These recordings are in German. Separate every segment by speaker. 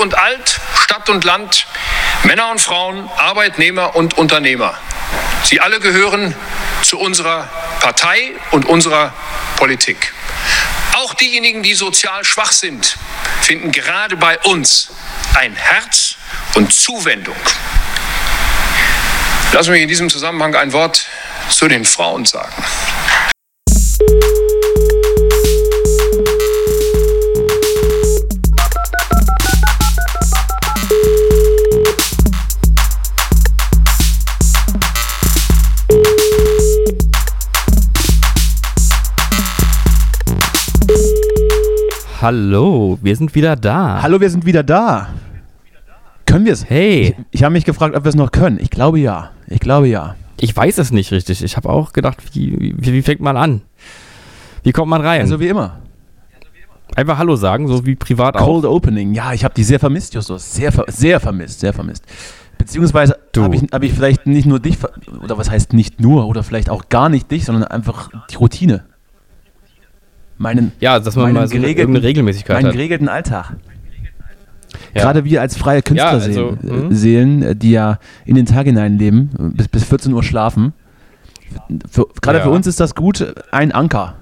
Speaker 1: und alt, Stadt und Land, Männer und Frauen, Arbeitnehmer und Unternehmer. Sie alle gehören zu unserer Partei und unserer Politik. Auch diejenigen, die sozial schwach sind, finden gerade bei uns ein Herz und Zuwendung. Lass mich in diesem Zusammenhang ein Wort zu den Frauen sagen.
Speaker 2: Hallo, wir sind wieder da.
Speaker 3: Hallo, wir sind wieder da. Können wir es?
Speaker 2: Hey.
Speaker 3: Ich, ich habe mich gefragt, ob wir es noch können. Ich glaube ja. Ich glaube ja.
Speaker 2: Ich weiß es nicht richtig. Ich habe auch gedacht, wie, wie, wie fängt man an? Wie kommt man rein?
Speaker 3: Also wie immer.
Speaker 2: Einfach Hallo sagen, so wie privat auch.
Speaker 3: Cold Opening. Ja, ich habe die sehr vermisst, Justus. Sehr, ver sehr vermisst, sehr vermisst. Beziehungsweise
Speaker 2: Du.
Speaker 3: habe ich, hab ich vielleicht nicht nur dich, ver oder was heißt nicht nur, oder vielleicht auch gar nicht dich, sondern einfach die Routine. Meinen,
Speaker 2: Ja, dass man
Speaker 3: meinen
Speaker 2: mal so eine-
Speaker 3: geregelten-
Speaker 2: irgendeine Regelmäßigkeit
Speaker 3: meinen
Speaker 2: hat.
Speaker 3: geregelten Alltag.
Speaker 2: Ja.
Speaker 3: Gerade wir als freie Künstler
Speaker 2: Ja, also,
Speaker 3: sehen,
Speaker 2: mhm.
Speaker 3: äh, Seelen, äh, die ja in den Tag hinein leben, äh, bis, bis 14 Uhr schlafen. Für, gerade
Speaker 2: Ja.
Speaker 3: für uns ist das gut, ein Anker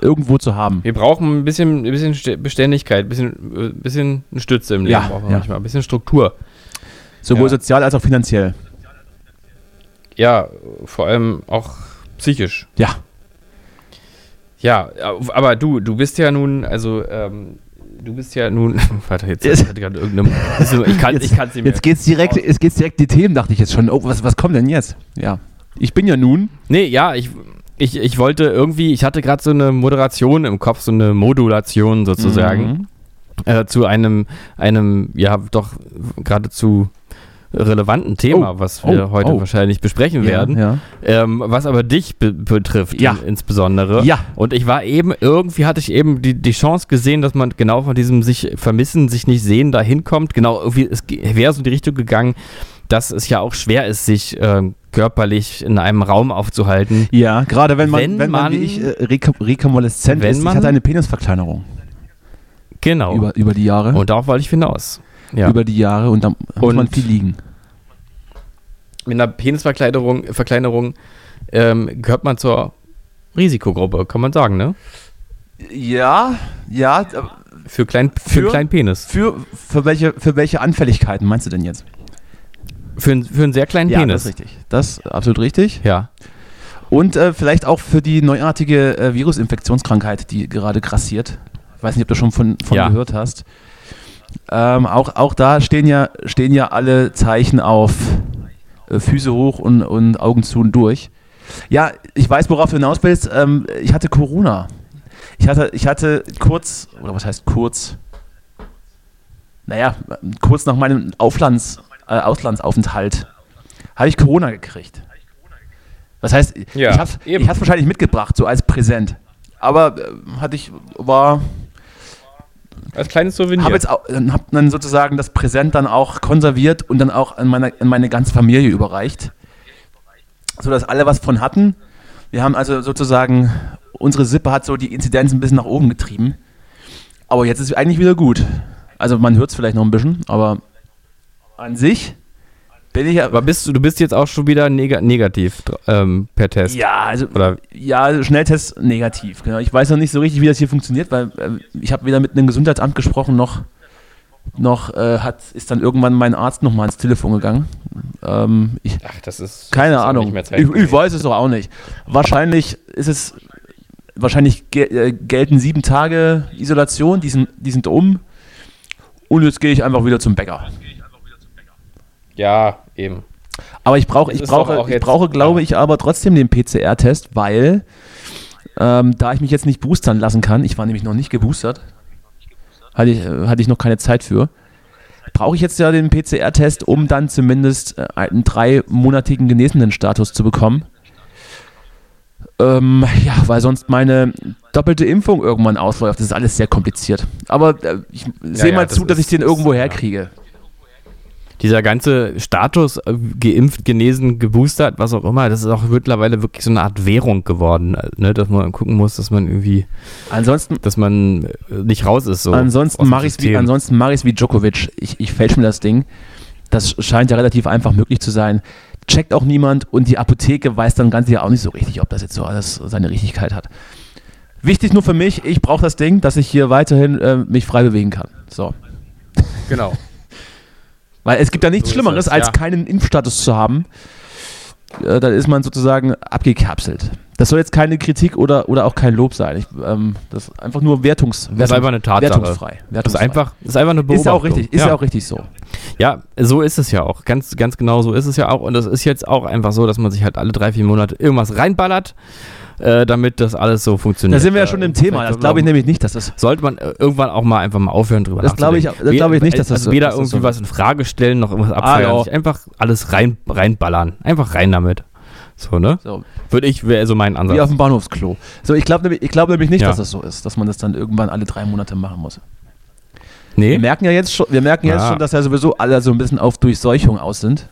Speaker 3: irgendwo zu haben.
Speaker 2: Wir brauchen ein bisschen, ein bisschen Ste- Beständigkeit, ein bisschen, äh, ein bisschen eine Stütze im Leben
Speaker 3: Ja,
Speaker 2: brauchen wir
Speaker 3: ja.
Speaker 2: manchmal, ein bisschen Struktur.
Speaker 3: Sowohl
Speaker 2: Ja.
Speaker 3: sozial als auch finanziell.
Speaker 2: Ja, vor allem auch psychisch.
Speaker 3: Ja.
Speaker 2: Ja, aber du, du bist ja nun, also, ähm, du bist ja nun, warte, jetzt
Speaker 3: Jetzt-
Speaker 2: ich hatte gerade irgendeine, also, ich kann es nicht
Speaker 3: Jetzt-
Speaker 2: mehr. Oh.
Speaker 3: Jetzt geht's direkt, es geht's direkt die Themen, dachte ich jetzt schon. Oh, was, was kommt denn jetzt? Ja. Ich bin ja nun.
Speaker 2: Nee, ja, ich, ich, ich wollte irgendwie, ich hatte gerade so eine Moderation im Kopf, so eine Modulation sozusagen
Speaker 3: Mhm.
Speaker 2: äh, zu einem, einem, ja, doch geradezu relevanten Thema,
Speaker 3: Oh,
Speaker 2: was wir
Speaker 3: oh,
Speaker 2: heute
Speaker 3: oh.
Speaker 2: wahrscheinlich besprechen werden,
Speaker 3: Ja.
Speaker 2: ähm, was aber dich be betrifft
Speaker 3: Ja.
Speaker 2: in, insbesondere.
Speaker 3: Ja.
Speaker 2: Und ich war eben, irgendwie hatte ich eben die, die Chance gesehen, dass man genau von diesem sich vermissen, sich nicht sehen, da hinkommt. Genau, irgendwie, es ge- wäre so in die Richtung gegangen, dass es ja auch schwer ist, sich ähm, körperlich in einem Raum aufzuhalten.
Speaker 3: ja, gerade wenn man,
Speaker 2: Wenn
Speaker 3: wenn, man,
Speaker 2: man-
Speaker 3: wie ich, äh, reko- rekonvaleszent
Speaker 2: Wenn
Speaker 3: ist.
Speaker 2: man-
Speaker 3: ich hatte eine Penisverkleinerung
Speaker 2: Genau.
Speaker 3: über, über die Jahre.
Speaker 2: Und darauf wollte ich hinaus. Ja.
Speaker 3: Über die Jahre und dann muss
Speaker 2: Und-
Speaker 3: man viel liegen.
Speaker 2: Mit einer Penisverkleinerung Verkleinerung, ähm, gehört man zur Risikogruppe, kann man sagen, ne?
Speaker 3: Ja, ja.
Speaker 2: Für, klein, für, einen
Speaker 3: Für-
Speaker 2: kleinen Penis.
Speaker 3: Für, für, welche, für welche Anfälligkeiten meinst du denn jetzt?
Speaker 2: Für, einen- für einen sehr kleinen
Speaker 3: das
Speaker 2: Penis.
Speaker 3: ist richtig. Das ist absolut richtig.
Speaker 2: Ja.
Speaker 3: Und äh, vielleicht auch für die neuartige äh, Virusinfektionskrankheit, die gerade grassiert. Ich weiß nicht, ob du schon von, von
Speaker 2: Ja.
Speaker 3: gehört hast. Ähm, auch, auch da stehen ja, stehen ja alle Zeichen auf äh, Füße hoch und, und Augen zu und durch. Ja, ich weiß, worauf du hinaus willst. Ähm, ich hatte Corona. Ich hatte, ich hatte kurz, oder was heißt kurz? Naja, kurz nach meinem Auflands, äh, Auslandsaufenthalt habe ich Corona gekriegt. Das heißt,
Speaker 2: Ja,
Speaker 3: ich hab's-
Speaker 2: eben.
Speaker 3: ich habe es wahrscheinlich mitgebracht, so als Präsent. Aber äh, hatte ich, war,
Speaker 2: Als kleines Souvenir.
Speaker 3: habe jetzt auch, dann hab dann sozusagen das Präsent dann auch konserviert und dann auch an meine, an meine ganze Familie überreicht, sodass alle was von hatten. Wir haben also sozusagen unsere Sippe hat so die Inzidenz ein bisschen nach oben getrieben. Aber jetzt ist eigentlich wieder gut. Also man hört es vielleicht noch ein bisschen, aber an sich bin ich ja.
Speaker 2: Aber bist du, du bist jetzt auch schon wieder neg negativ dr- ähm, per Test.
Speaker 3: Ja, also
Speaker 2: Oder
Speaker 3: Ja, Schnelltest negativ. Genau. Ich weiß noch nicht so richtig, wie das hier funktioniert, weil äh, ich habe weder mit einem Gesundheitsamt gesprochen, noch, noch äh, hat, ist dann irgendwann mein Arzt nochmal ans Telefon gegangen. Ähm, ich,
Speaker 2: ach, das ist
Speaker 3: keine
Speaker 2: das ist auch
Speaker 3: Ahnung.
Speaker 2: Nicht mehr
Speaker 3: Ich, ich weiß es doch auch nicht. Wahrscheinlich ist es, wahrscheinlich gel äh, gelten sieben Tage Isolation, die sind, die sind um. Und jetzt gehe ich einfach wieder zum Bäcker.
Speaker 2: ja, eben.
Speaker 3: Aber ich brauche,
Speaker 2: Das
Speaker 3: ich
Speaker 2: ist doch
Speaker 3: brauche,
Speaker 2: auch
Speaker 3: ich
Speaker 2: jetzt-
Speaker 3: brauche, glaube
Speaker 2: ja.
Speaker 3: ich, aber trotzdem den PCR-Test, weil ähm, da ich mich jetzt nicht boostern lassen kann, ich war nämlich noch nicht geboostert, hatte ich, äh, hatte ich noch keine Zeit für, brauche ich jetzt ja den PCR-Test, um dann zumindest äh, einen dreimonatigen Genesenenstatus zu bekommen. Ähm, ja, weil sonst meine doppelte Impfung irgendwann ausläuft. Das ist alles sehr kompliziert. Aber äh, ich sehe
Speaker 2: ja,
Speaker 3: mal
Speaker 2: das
Speaker 3: zu, dass
Speaker 2: ist-
Speaker 3: ich den
Speaker 2: das-
Speaker 3: irgendwo
Speaker 2: ja.
Speaker 3: herkriege.
Speaker 2: dieser ganze Status äh, geimpft, genesen, geboostert, was auch immer, das ist auch mittlerweile wirklich so eine Art Währung geworden, äh, ne? dass man gucken muss, dass man irgendwie,
Speaker 3: Ansonsten,
Speaker 2: dass man äh, nicht raus ist. So aus
Speaker 3: ansonsten
Speaker 2: dem
Speaker 3: mache ich es wie,
Speaker 2: System.
Speaker 3: ansonsten mach ich's wie Djokovic. Ich, ich fälsch mir das Ding. Das scheint ja relativ einfach möglich zu sein. Checkt auch niemand und die Apotheke weiß dann ganz sicher auch nicht so richtig, ob das jetzt so alles seine Richtigkeit hat. Wichtig nur für mich, ich brauche das Ding, dass ich hier weiterhin äh, mich frei bewegen kann. So.
Speaker 2: Genau.
Speaker 3: Weil es gibt ja nichts
Speaker 2: So ist
Speaker 3: Schlimmeres,
Speaker 2: es,
Speaker 3: als
Speaker 2: ja.
Speaker 3: keinen Impfstatus zu haben. Äh, dann ist man sozusagen abgekapselt. Das soll jetzt keine Kritik oder, oder auch kein Lob sein. Ich, ähm, das ist einfach nur wertungs,
Speaker 2: Das ist einfach eine Tatsache.
Speaker 3: wertungsfrei.
Speaker 2: Das ist
Speaker 3: wertungsfrei.
Speaker 2: einfach, das ist einfach eine Beobachtung.
Speaker 3: Ist ja auch richtig, ist ja.
Speaker 2: ja
Speaker 3: auch richtig so.
Speaker 2: Ja, so ist es ja auch. Ganz, ganz genau so ist es ja auch. Und das ist jetzt auch einfach so, dass man sich halt alle drei, vier Monate irgendwas reinballert, äh, damit das alles so funktioniert.
Speaker 3: Da sind wir ja schon
Speaker 2: Äh,
Speaker 3: im Thema. Das glaube ich nämlich nicht, dass das.
Speaker 2: Sollte man äh, irgendwann auch mal einfach mal aufhören drüber
Speaker 3: Das glaube ich-
Speaker 2: nachzudenken.
Speaker 3: das glaube ich
Speaker 2: Weder-
Speaker 3: nicht, dass das so-
Speaker 2: also weder
Speaker 3: dass das
Speaker 2: irgendwie
Speaker 3: so- Ah,
Speaker 2: was in Frage stellen, noch irgendwas abfeiern.
Speaker 3: ja.
Speaker 2: Sich einfach alles rein, reinballern. Einfach rein damit. So, ne?
Speaker 3: So,
Speaker 2: Würde ich, wäre so mein
Speaker 3: wie auf
Speaker 2: Ansatz.
Speaker 3: dem Bahnhofsklo. So, ich glaube nämlich, ich glaube nämlich nicht,
Speaker 2: Ja.
Speaker 3: dass das so ist, dass man das dann irgendwann alle drei Monate machen muss. Wir
Speaker 2: Nee?
Speaker 3: merken ja jetzt schon, wir merken jetzt
Speaker 2: Ah.
Speaker 3: schon, dass ja sowieso alle so ein bisschen auf Durchseuchung aus sind.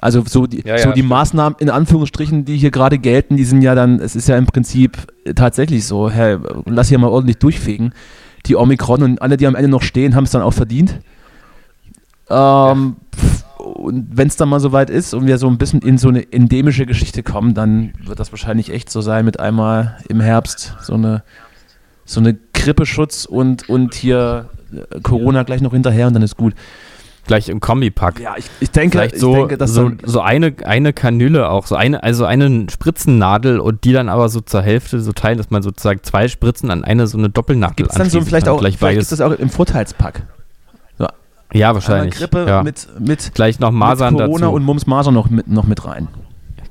Speaker 3: Also so die,
Speaker 2: Ja, ja,
Speaker 3: so die
Speaker 2: stimmt.
Speaker 3: Maßnahmen in Anführungsstrichen, die hier gerade gelten, die sind ja dann, es ist ja im Prinzip äh, tatsächlich so, hey, lass hier mal ordentlich durchfegen. Die Omikron und alle, die am Ende noch stehen, haben es dann auch verdient. Ähm, pf, und wenn es dann mal soweit ist und wir so ein bisschen in so eine endemische Geschichte kommen, dann wird das wahrscheinlich echt so sein mit einmal im Herbst so eine so eine Grippeschutz und, und hier äh, Corona gleich noch hinterher und dann ist gut.
Speaker 2: Gleich im Kombipack.
Speaker 3: Ja, ich, ich denke,
Speaker 2: Vielleicht
Speaker 3: ich
Speaker 2: so,
Speaker 3: denke, dass
Speaker 2: so,
Speaker 3: dann,
Speaker 2: so eine, eine Kanüle auch, so eine, also eine Spritzennadel und die dann aber so zur Hälfte so teilen, dass man sozusagen zwei Spritzen an eine so eine Doppelnadel
Speaker 3: gibt's dann so
Speaker 2: anschließen
Speaker 3: vielleicht
Speaker 2: kann.
Speaker 3: auch,
Speaker 2: gleich
Speaker 3: vielleicht
Speaker 2: beides.
Speaker 3: ist das auch im Vorteilspack.
Speaker 2: ja,
Speaker 3: Einmal
Speaker 2: wahrscheinlich.
Speaker 3: Grippe
Speaker 2: ja.
Speaker 3: mit, mit,
Speaker 2: gleich noch Masern
Speaker 3: mit Corona
Speaker 2: dazu.
Speaker 3: und Mumps Masern noch mit, noch mit rein.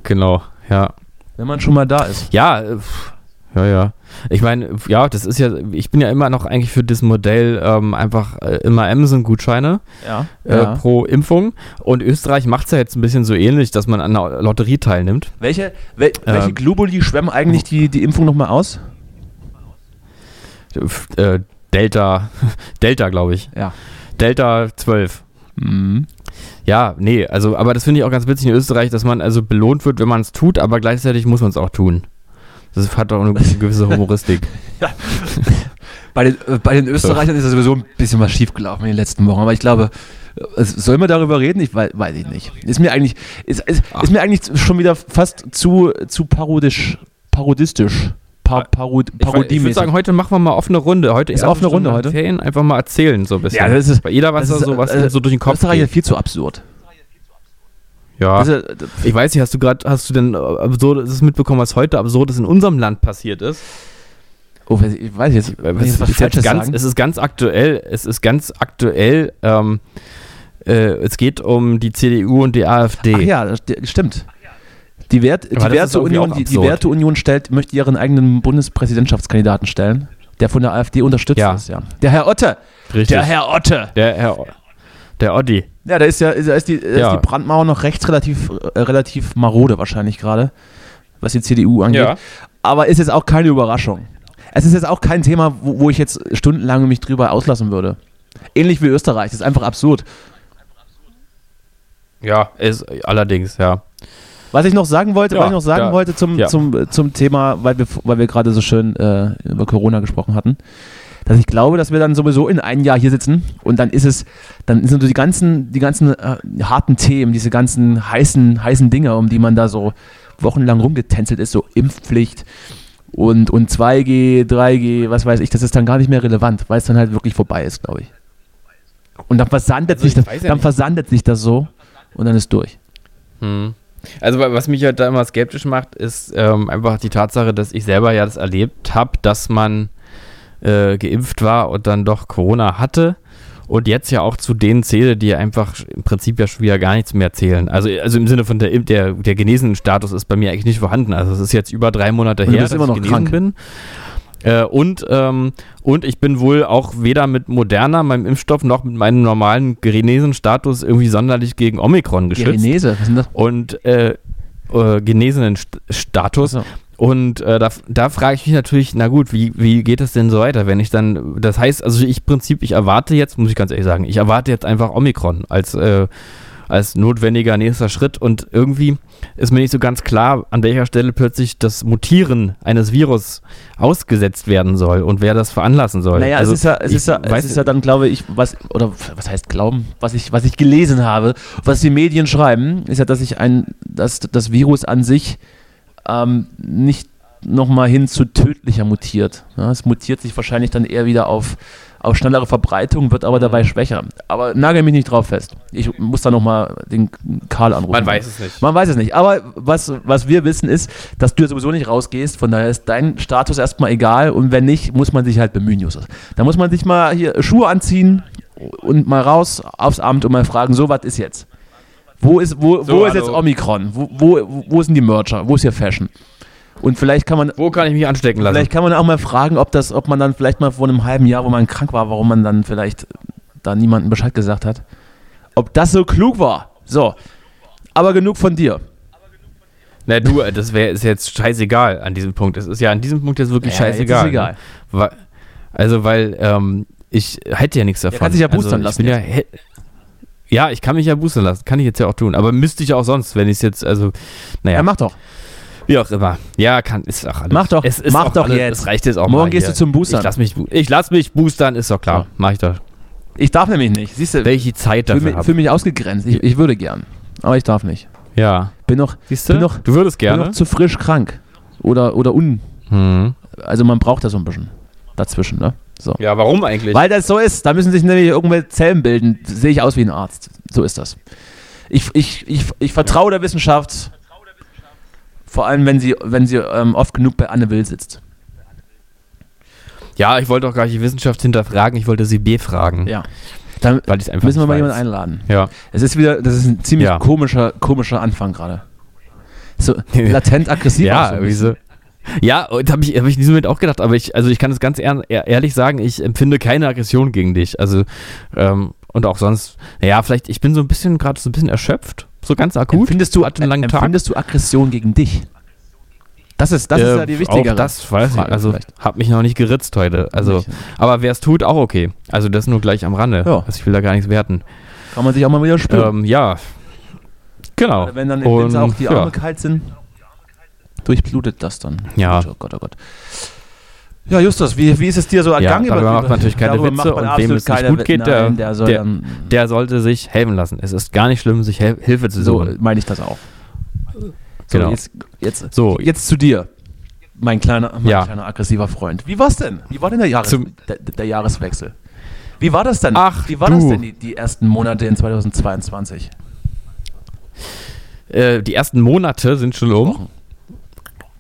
Speaker 2: genau, ja.
Speaker 3: Wenn man schon mal da ist.
Speaker 2: Ja, äh, pff, ja, ja. Ich meine, ja, das ist ja, ich bin ja immer noch eigentlich für das Modell ähm, einfach äh, immer Amazon-Gutscheine.
Speaker 3: Ja.
Speaker 2: Äh, pro Impfung. Und Österreich macht es ja jetzt ein bisschen so ähnlich, dass man an einer Lotterie teilnimmt.
Speaker 3: Welche, wel, welche
Speaker 2: Ähm.
Speaker 3: Globuli schwemmen eigentlich die, die Impfung nochmal aus?
Speaker 2: Äh, Delta, Delta, glaube ich.
Speaker 3: Ja.
Speaker 2: Delta 12.
Speaker 3: Mhm.
Speaker 2: Ja, nee, also, aber das finde ich auch ganz witzig in Österreich, dass man also belohnt wird, wenn man es tut, aber gleichzeitig muss man es auch tun. Das hat doch eine gewisse- gewisse Humoristik.
Speaker 3: Bei den, äh, bei den Österreichern ist das sowieso ein bisschen was schiefgelaufen in den letzten Wochen, aber ich glaube, äh, soll man darüber reden? Ich weiß, weiß ich nicht. Ist mir eigentlich, ist, ist, ist mir eigentlich schon wieder fast zu, zu parodisch, parodistisch. Pa, parod,
Speaker 2: ich würde
Speaker 3: parodiemäßig.
Speaker 2: sagen, heute machen wir mal offene Runde. Heute
Speaker 3: Ist
Speaker 2: erste
Speaker 3: offene Runde
Speaker 2: Stunde
Speaker 3: heute?
Speaker 2: Ferien, einfach mal erzählen so ein bisschen.
Speaker 3: Ja, das ist-
Speaker 2: Bei jeder was da
Speaker 3: das ist,
Speaker 2: so was
Speaker 3: äh,
Speaker 2: ihm so durch den Kopf
Speaker 3: Österreich ist
Speaker 2: geht. Ah.
Speaker 3: viel zu absurd.
Speaker 2: Ja.
Speaker 3: Das ist, äh,
Speaker 2: Ich weiß nicht, hast du gerade, hast du denn äh, absurdes ist mitbekommen, was heute absurdes in unserem Land passiert ist?
Speaker 3: oh, weiß ich ich weiß jetzt,
Speaker 2: Weil
Speaker 3: wenn
Speaker 2: es,
Speaker 3: ich jetzt was
Speaker 2: ist jetzt
Speaker 3: Falsches
Speaker 2: ganz,
Speaker 3: sagen.
Speaker 2: es ist ganz aktuell, es ist ganz aktuell, ähm, äh, es geht um die CDU und die AfD.
Speaker 3: Ach Ah ja, das st- stimmt. Die, Wert, die,
Speaker 2: Aber das ist irgendwie
Speaker 3: Werteunion,
Speaker 2: auch
Speaker 3: die, die
Speaker 2: absurd.
Speaker 3: Werteunion stellt, möchte ihren eigenen Bundespräsidentschaftskandidaten stellen, der von der AfD unterstützt
Speaker 2: Ja.
Speaker 3: ist. Ja. Der Herr Otte.
Speaker 2: Richtig.
Speaker 3: Der Herr Otte.
Speaker 2: Der Herr, der Oddi.
Speaker 3: Ja, da ist ja da ist die, da
Speaker 2: Ja.
Speaker 3: Ist die Brandmauer noch rechts relativ, äh, relativ marode wahrscheinlich gerade, was die CDU angeht.
Speaker 2: Ja.
Speaker 3: Aber ist jetzt auch keine Überraschung. Es ist jetzt auch kein Thema, wo, wo ich jetzt stundenlang mich drüber auslassen würde. Ähnlich wie Österreich, das ist einfach absurd.
Speaker 2: Ja, ist allerdings, ja.
Speaker 3: Was ich noch sagen wollte,
Speaker 2: Ja,
Speaker 3: was ich noch sagen
Speaker 2: ja,
Speaker 3: wollte zum,
Speaker 2: ja.
Speaker 3: zum, zum Thema, weil wir, weil wir gerade so schön äh, über Corona gesprochen hatten, dass ich glaube, dass wir dann sowieso in einem Jahr hier sitzen und dann ist es, dann sind so die ganzen, die ganzen äh, harten Themen, diese ganzen heißen, heißen Dinge, um die man da so wochenlang rumgetänzelt ist, so Impfpflicht und, und 2G, 3G, was weiß ich, das ist dann gar nicht mehr relevant, weil es dann halt wirklich vorbei ist, glaube ich. Und dann versandet,
Speaker 2: Also ich
Speaker 3: sich, das,
Speaker 2: weiß ja
Speaker 3: dann
Speaker 2: nicht.
Speaker 3: versandet sich das so und dann ist durch.
Speaker 2: Hm. Also wa- was mich ja da immer skeptisch macht, ist ähm, einfach die Tatsache, dass ich selber ja das erlebt habe, dass man äh, geimpft war und dann doch Corona hatte und jetzt ja auch zu denen zähle, die einfach sch- im Prinzip ja schon wieder gar nichts mehr zählen. Also, also im Sinne von der, Imp- der, der genesenen Status ist bei mir eigentlich nicht vorhanden. Also es ist jetzt über drei Monate
Speaker 3: Und du
Speaker 2: her,
Speaker 3: bist immer noch
Speaker 2: ich genesen
Speaker 3: krank.
Speaker 2: bin. Äh, und, ähm, und ich bin wohl auch weder mit Moderna, meinem Impfstoff, noch mit meinem normalen genesenen Status irgendwie sonderlich gegen Omikron geschützt
Speaker 3: Gerenese, was ist denn das?
Speaker 2: und äh, äh, genesenen St Status.
Speaker 3: So.
Speaker 2: Und äh, da, da frage ich mich natürlich, na gut, wie, wie geht das denn so weiter, wenn ich dann, das heißt, also ich Prinzip, ich erwarte jetzt, muss ich ganz ehrlich sagen, ich erwarte jetzt einfach Omikron als, äh, als notwendiger nächster Schritt und irgendwie ist mir nicht so ganz klar, an welcher Stelle plötzlich das Mutieren eines Virus ausgesetzt werden soll und wer das veranlassen soll.
Speaker 3: Naja,
Speaker 2: also
Speaker 3: es ist ja, es
Speaker 2: ich
Speaker 3: ist ja, es
Speaker 2: weiß-
Speaker 3: ist ja dann, glaube ich, was, oder was heißt glauben, was ich, was ich gelesen habe, was die Medien schreiben, ist ja, dass ich ein, dass das Virus an sich ähm, nicht nochmal hin zu tödlicher mutiert. Ja, es mutiert sich wahrscheinlich dann eher wieder auf, auf schnellere Verbreitung, wird aber dabei schwächer. Aber nagel mich nicht drauf fest. Ich muss da nochmal den Karl anrufen.
Speaker 2: Man weiß es nicht.
Speaker 3: Man weiß es nicht. Aber was, was wir wissen ist, dass du ja sowieso nicht rausgehst. Von daher ist dein Status erstmal egal. Und wenn nicht, muss man sich halt bemühen, Justus. Da muss man sich mal hier Schuhe anziehen und mal raus aufs Amt und mal fragen, so was ist jetzt? Wo ist, wo, wo ist
Speaker 2: hallo.
Speaker 3: jetzt Omikron? Wo, wo, wo sind die Merger? Wo ist hier Fashion? Und vielleicht kann man
Speaker 2: wo kann ich mich anstecken lassen?
Speaker 3: Vielleicht kann man auch mal fragen, ob, das, ob man dann vielleicht mal vor einem halben Jahr, wo man krank war, warum man dann vielleicht da niemandem Bescheid gesagt hat. Ob das so klug war. So. Aber genug von dir.
Speaker 2: Na du, äh, das wäre ist jetzt scheißegal an diesem Punkt. Es ist ja an diesem Punkt jetzt wirklich
Speaker 3: Ja, jetzt
Speaker 2: scheißegal.
Speaker 3: ist egal.
Speaker 2: ne? Wa- also weil ähm, ich hätte ja nichts davon.
Speaker 3: kannst dich ja boostern
Speaker 2: also, ich
Speaker 3: lassen
Speaker 2: bin ja, hä- ja, ich kann mich ja boostern lassen, kann ich jetzt ja auch tun. Aber müsste ich auch sonst, wenn ich es jetzt, also, naja,
Speaker 3: Ja, mach doch.
Speaker 2: wie auch immer. Ja, kann, ist auch alles.
Speaker 3: Mach doch,
Speaker 2: es ist
Speaker 3: mach
Speaker 2: auch
Speaker 3: doch
Speaker 2: alles,
Speaker 3: jetzt.
Speaker 2: Es reicht jetzt auch
Speaker 3: Morgen
Speaker 2: mal
Speaker 3: gehst
Speaker 2: hier.
Speaker 3: du zum Boostern.
Speaker 2: Ich lass mich, bu- ich lass mich boostern, ist doch klar.
Speaker 3: Ja.
Speaker 2: Mach ich doch.
Speaker 3: Ich darf nämlich nicht. Siehst du,
Speaker 2: Wenn
Speaker 3: ich
Speaker 2: ich die Zeit
Speaker 3: fühle
Speaker 2: dafür
Speaker 3: mich,
Speaker 2: habe.
Speaker 3: fühl mich ausgegrenzt. Ich, ich würde gern. Aber ich darf nicht.
Speaker 2: Ja.
Speaker 3: Bin noch,
Speaker 2: Siehst
Speaker 3: bin
Speaker 2: du?
Speaker 3: noch-
Speaker 2: Du ne? würdest
Speaker 3: bin
Speaker 2: gerne.
Speaker 3: noch zu frisch krank. Oder, oder un.
Speaker 2: Hm.
Speaker 3: Also man braucht das so ein bisschen dazwischen, ne? So.
Speaker 2: Ja, warum eigentlich?
Speaker 3: Weil das so ist. Da müssen sich nämlich irgendwelche Zellen bilden. Sehe ich aus wie ein Arzt. So ist das. Ich, ich, ich, ich vertraue der Wissenschaft. Vor allem, wenn sie, wenn sie ähm, oft genug bei Anne Will sitzt.
Speaker 2: Ja, ich wollte auch gar nicht die Wissenschaft hinterfragen, ich wollte sie befragen.
Speaker 3: Ja. Dann
Speaker 2: Weil ich einfach
Speaker 3: müssen wir
Speaker 2: nicht
Speaker 3: mal jemanden
Speaker 2: weiß.
Speaker 3: einladen.
Speaker 2: Ja.
Speaker 3: Es ist wieder, das ist ein ziemlich
Speaker 2: Ja.
Speaker 3: komischer, komischer Anfang gerade. So latent aggressiv. auch so
Speaker 2: Ja,
Speaker 3: ein bisschen.
Speaker 2: wieso? Ja, und habe ich, hab ich in diesem Moment auch gedacht, aber ich, also ich kann es ganz ehr, ehr- ehrlich sagen, ich empfinde keine Aggression gegen dich. Also, ähm, und auch sonst, naja, vielleicht, ich bin so ein bisschen gerade so ein bisschen erschöpft, so ganz akut.
Speaker 3: Empfindest du,
Speaker 2: hatte einen langen Tag.
Speaker 3: empfindest du Aggression gegen dich? Das ist, das ist ja die wichtigere
Speaker 2: Ähm, Auch das weiß ich,
Speaker 3: Frage
Speaker 2: also
Speaker 3: vielleicht.
Speaker 2: hab mich noch nicht geritzt heute. Also,
Speaker 3: Nicht.
Speaker 2: aber wer es tut, auch okay. Also das nur gleich am Rande.
Speaker 3: Ja.
Speaker 2: Also ich will da gar nichts werten.
Speaker 3: Kann man sich auch mal wieder spüren.
Speaker 2: Ähm, ja. Genau.
Speaker 3: Gerade Wenn dann im Winter auch die Arme
Speaker 2: ja.
Speaker 3: kalt sind, durchblutet das dann.
Speaker 2: Ja.
Speaker 3: Oh Gott, oh Gott. Ja, Justus, wie, wie ist es dir so
Speaker 2: Ja,
Speaker 3: ergangen?
Speaker 2: darüber
Speaker 3: Über-
Speaker 2: macht man natürlich keine
Speaker 3: darüber
Speaker 2: Witze
Speaker 3: macht man
Speaker 2: und wem
Speaker 3: absolut
Speaker 2: es nicht
Speaker 3: keine
Speaker 2: gut
Speaker 3: Wit-
Speaker 2: geht, der-
Speaker 3: Nein, der soll
Speaker 2: der-
Speaker 3: dann,
Speaker 2: Der sollte sich helfen lassen. Es ist gar nicht schlimm, sich Hel Hilfe zu
Speaker 3: so
Speaker 2: suchen.
Speaker 3: meine ich das auch. So,
Speaker 2: Genau.
Speaker 3: jetzt, jetzt,
Speaker 2: So,
Speaker 3: jetzt zu dir, mein kleiner, mein
Speaker 2: Ja.
Speaker 3: kleiner aggressiver Freund. Wie war's denn? Wie war denn der, Jahres,
Speaker 2: Zum-
Speaker 3: der, der Jahreswechsel? Wie war das denn?
Speaker 2: Ach,
Speaker 3: Wie war
Speaker 2: du.
Speaker 3: das denn die, die ersten Monate in 2022?
Speaker 2: äh, die ersten Monate sind schon um.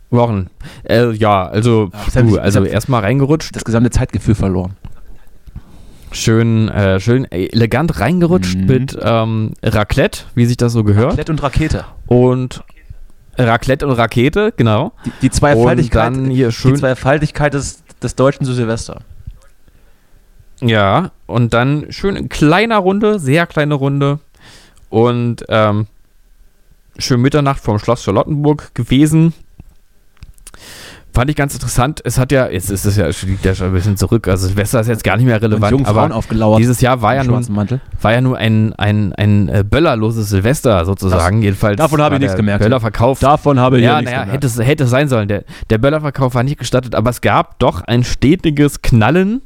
Speaker 2: Wochen. Äh, ja, also,
Speaker 3: Ja, das hab
Speaker 2: du,
Speaker 3: ich-
Speaker 2: also
Speaker 3: das hab-
Speaker 2: erstmal reingerutscht,
Speaker 3: Das gesamte Zeitgefühl verloren.
Speaker 2: schön, äh, schön elegant reingerutscht
Speaker 3: Mhm.
Speaker 2: mit ähm, Raclette, wie sich das so gehört.
Speaker 3: Klett und Rakete.
Speaker 2: Und Raclette und Rakete, genau.
Speaker 3: Die, die
Speaker 2: Und
Speaker 3: Zweifaltigkeit.
Speaker 2: dann hier
Speaker 3: Die
Speaker 2: schön.
Speaker 3: Zweifaltigkeit des, des Deutschen zu Silvester.
Speaker 2: Ja, und dann schön in kleiner Runde, sehr kleine Runde. Und ähm, schön Mitternacht vom Schloss Charlottenburg gewesen. Fand ich ganz interessant. Es hat ja, jetzt ist es ja, liegt ja schon ein bisschen zurück. Also Silvester ist jetzt gar nicht mehr relevant. Aber
Speaker 3: aufgelauert.
Speaker 2: dieses Jahr war ja nun,
Speaker 3: schwarzen Mantel.
Speaker 2: war ja nur ein, ein, ein äh, böllerloses Silvester sozusagen. Jedenfalls
Speaker 3: davon habe
Speaker 2: war
Speaker 3: ich nichts
Speaker 2: der
Speaker 3: gemerkt.
Speaker 2: Böllerverkauf
Speaker 3: Davon habe ich
Speaker 2: ja, naja, hätte es, hätte es sein sollen. Der, der Böllerverkauf war nicht gestattet, aber es gab doch ein stetiges Knallen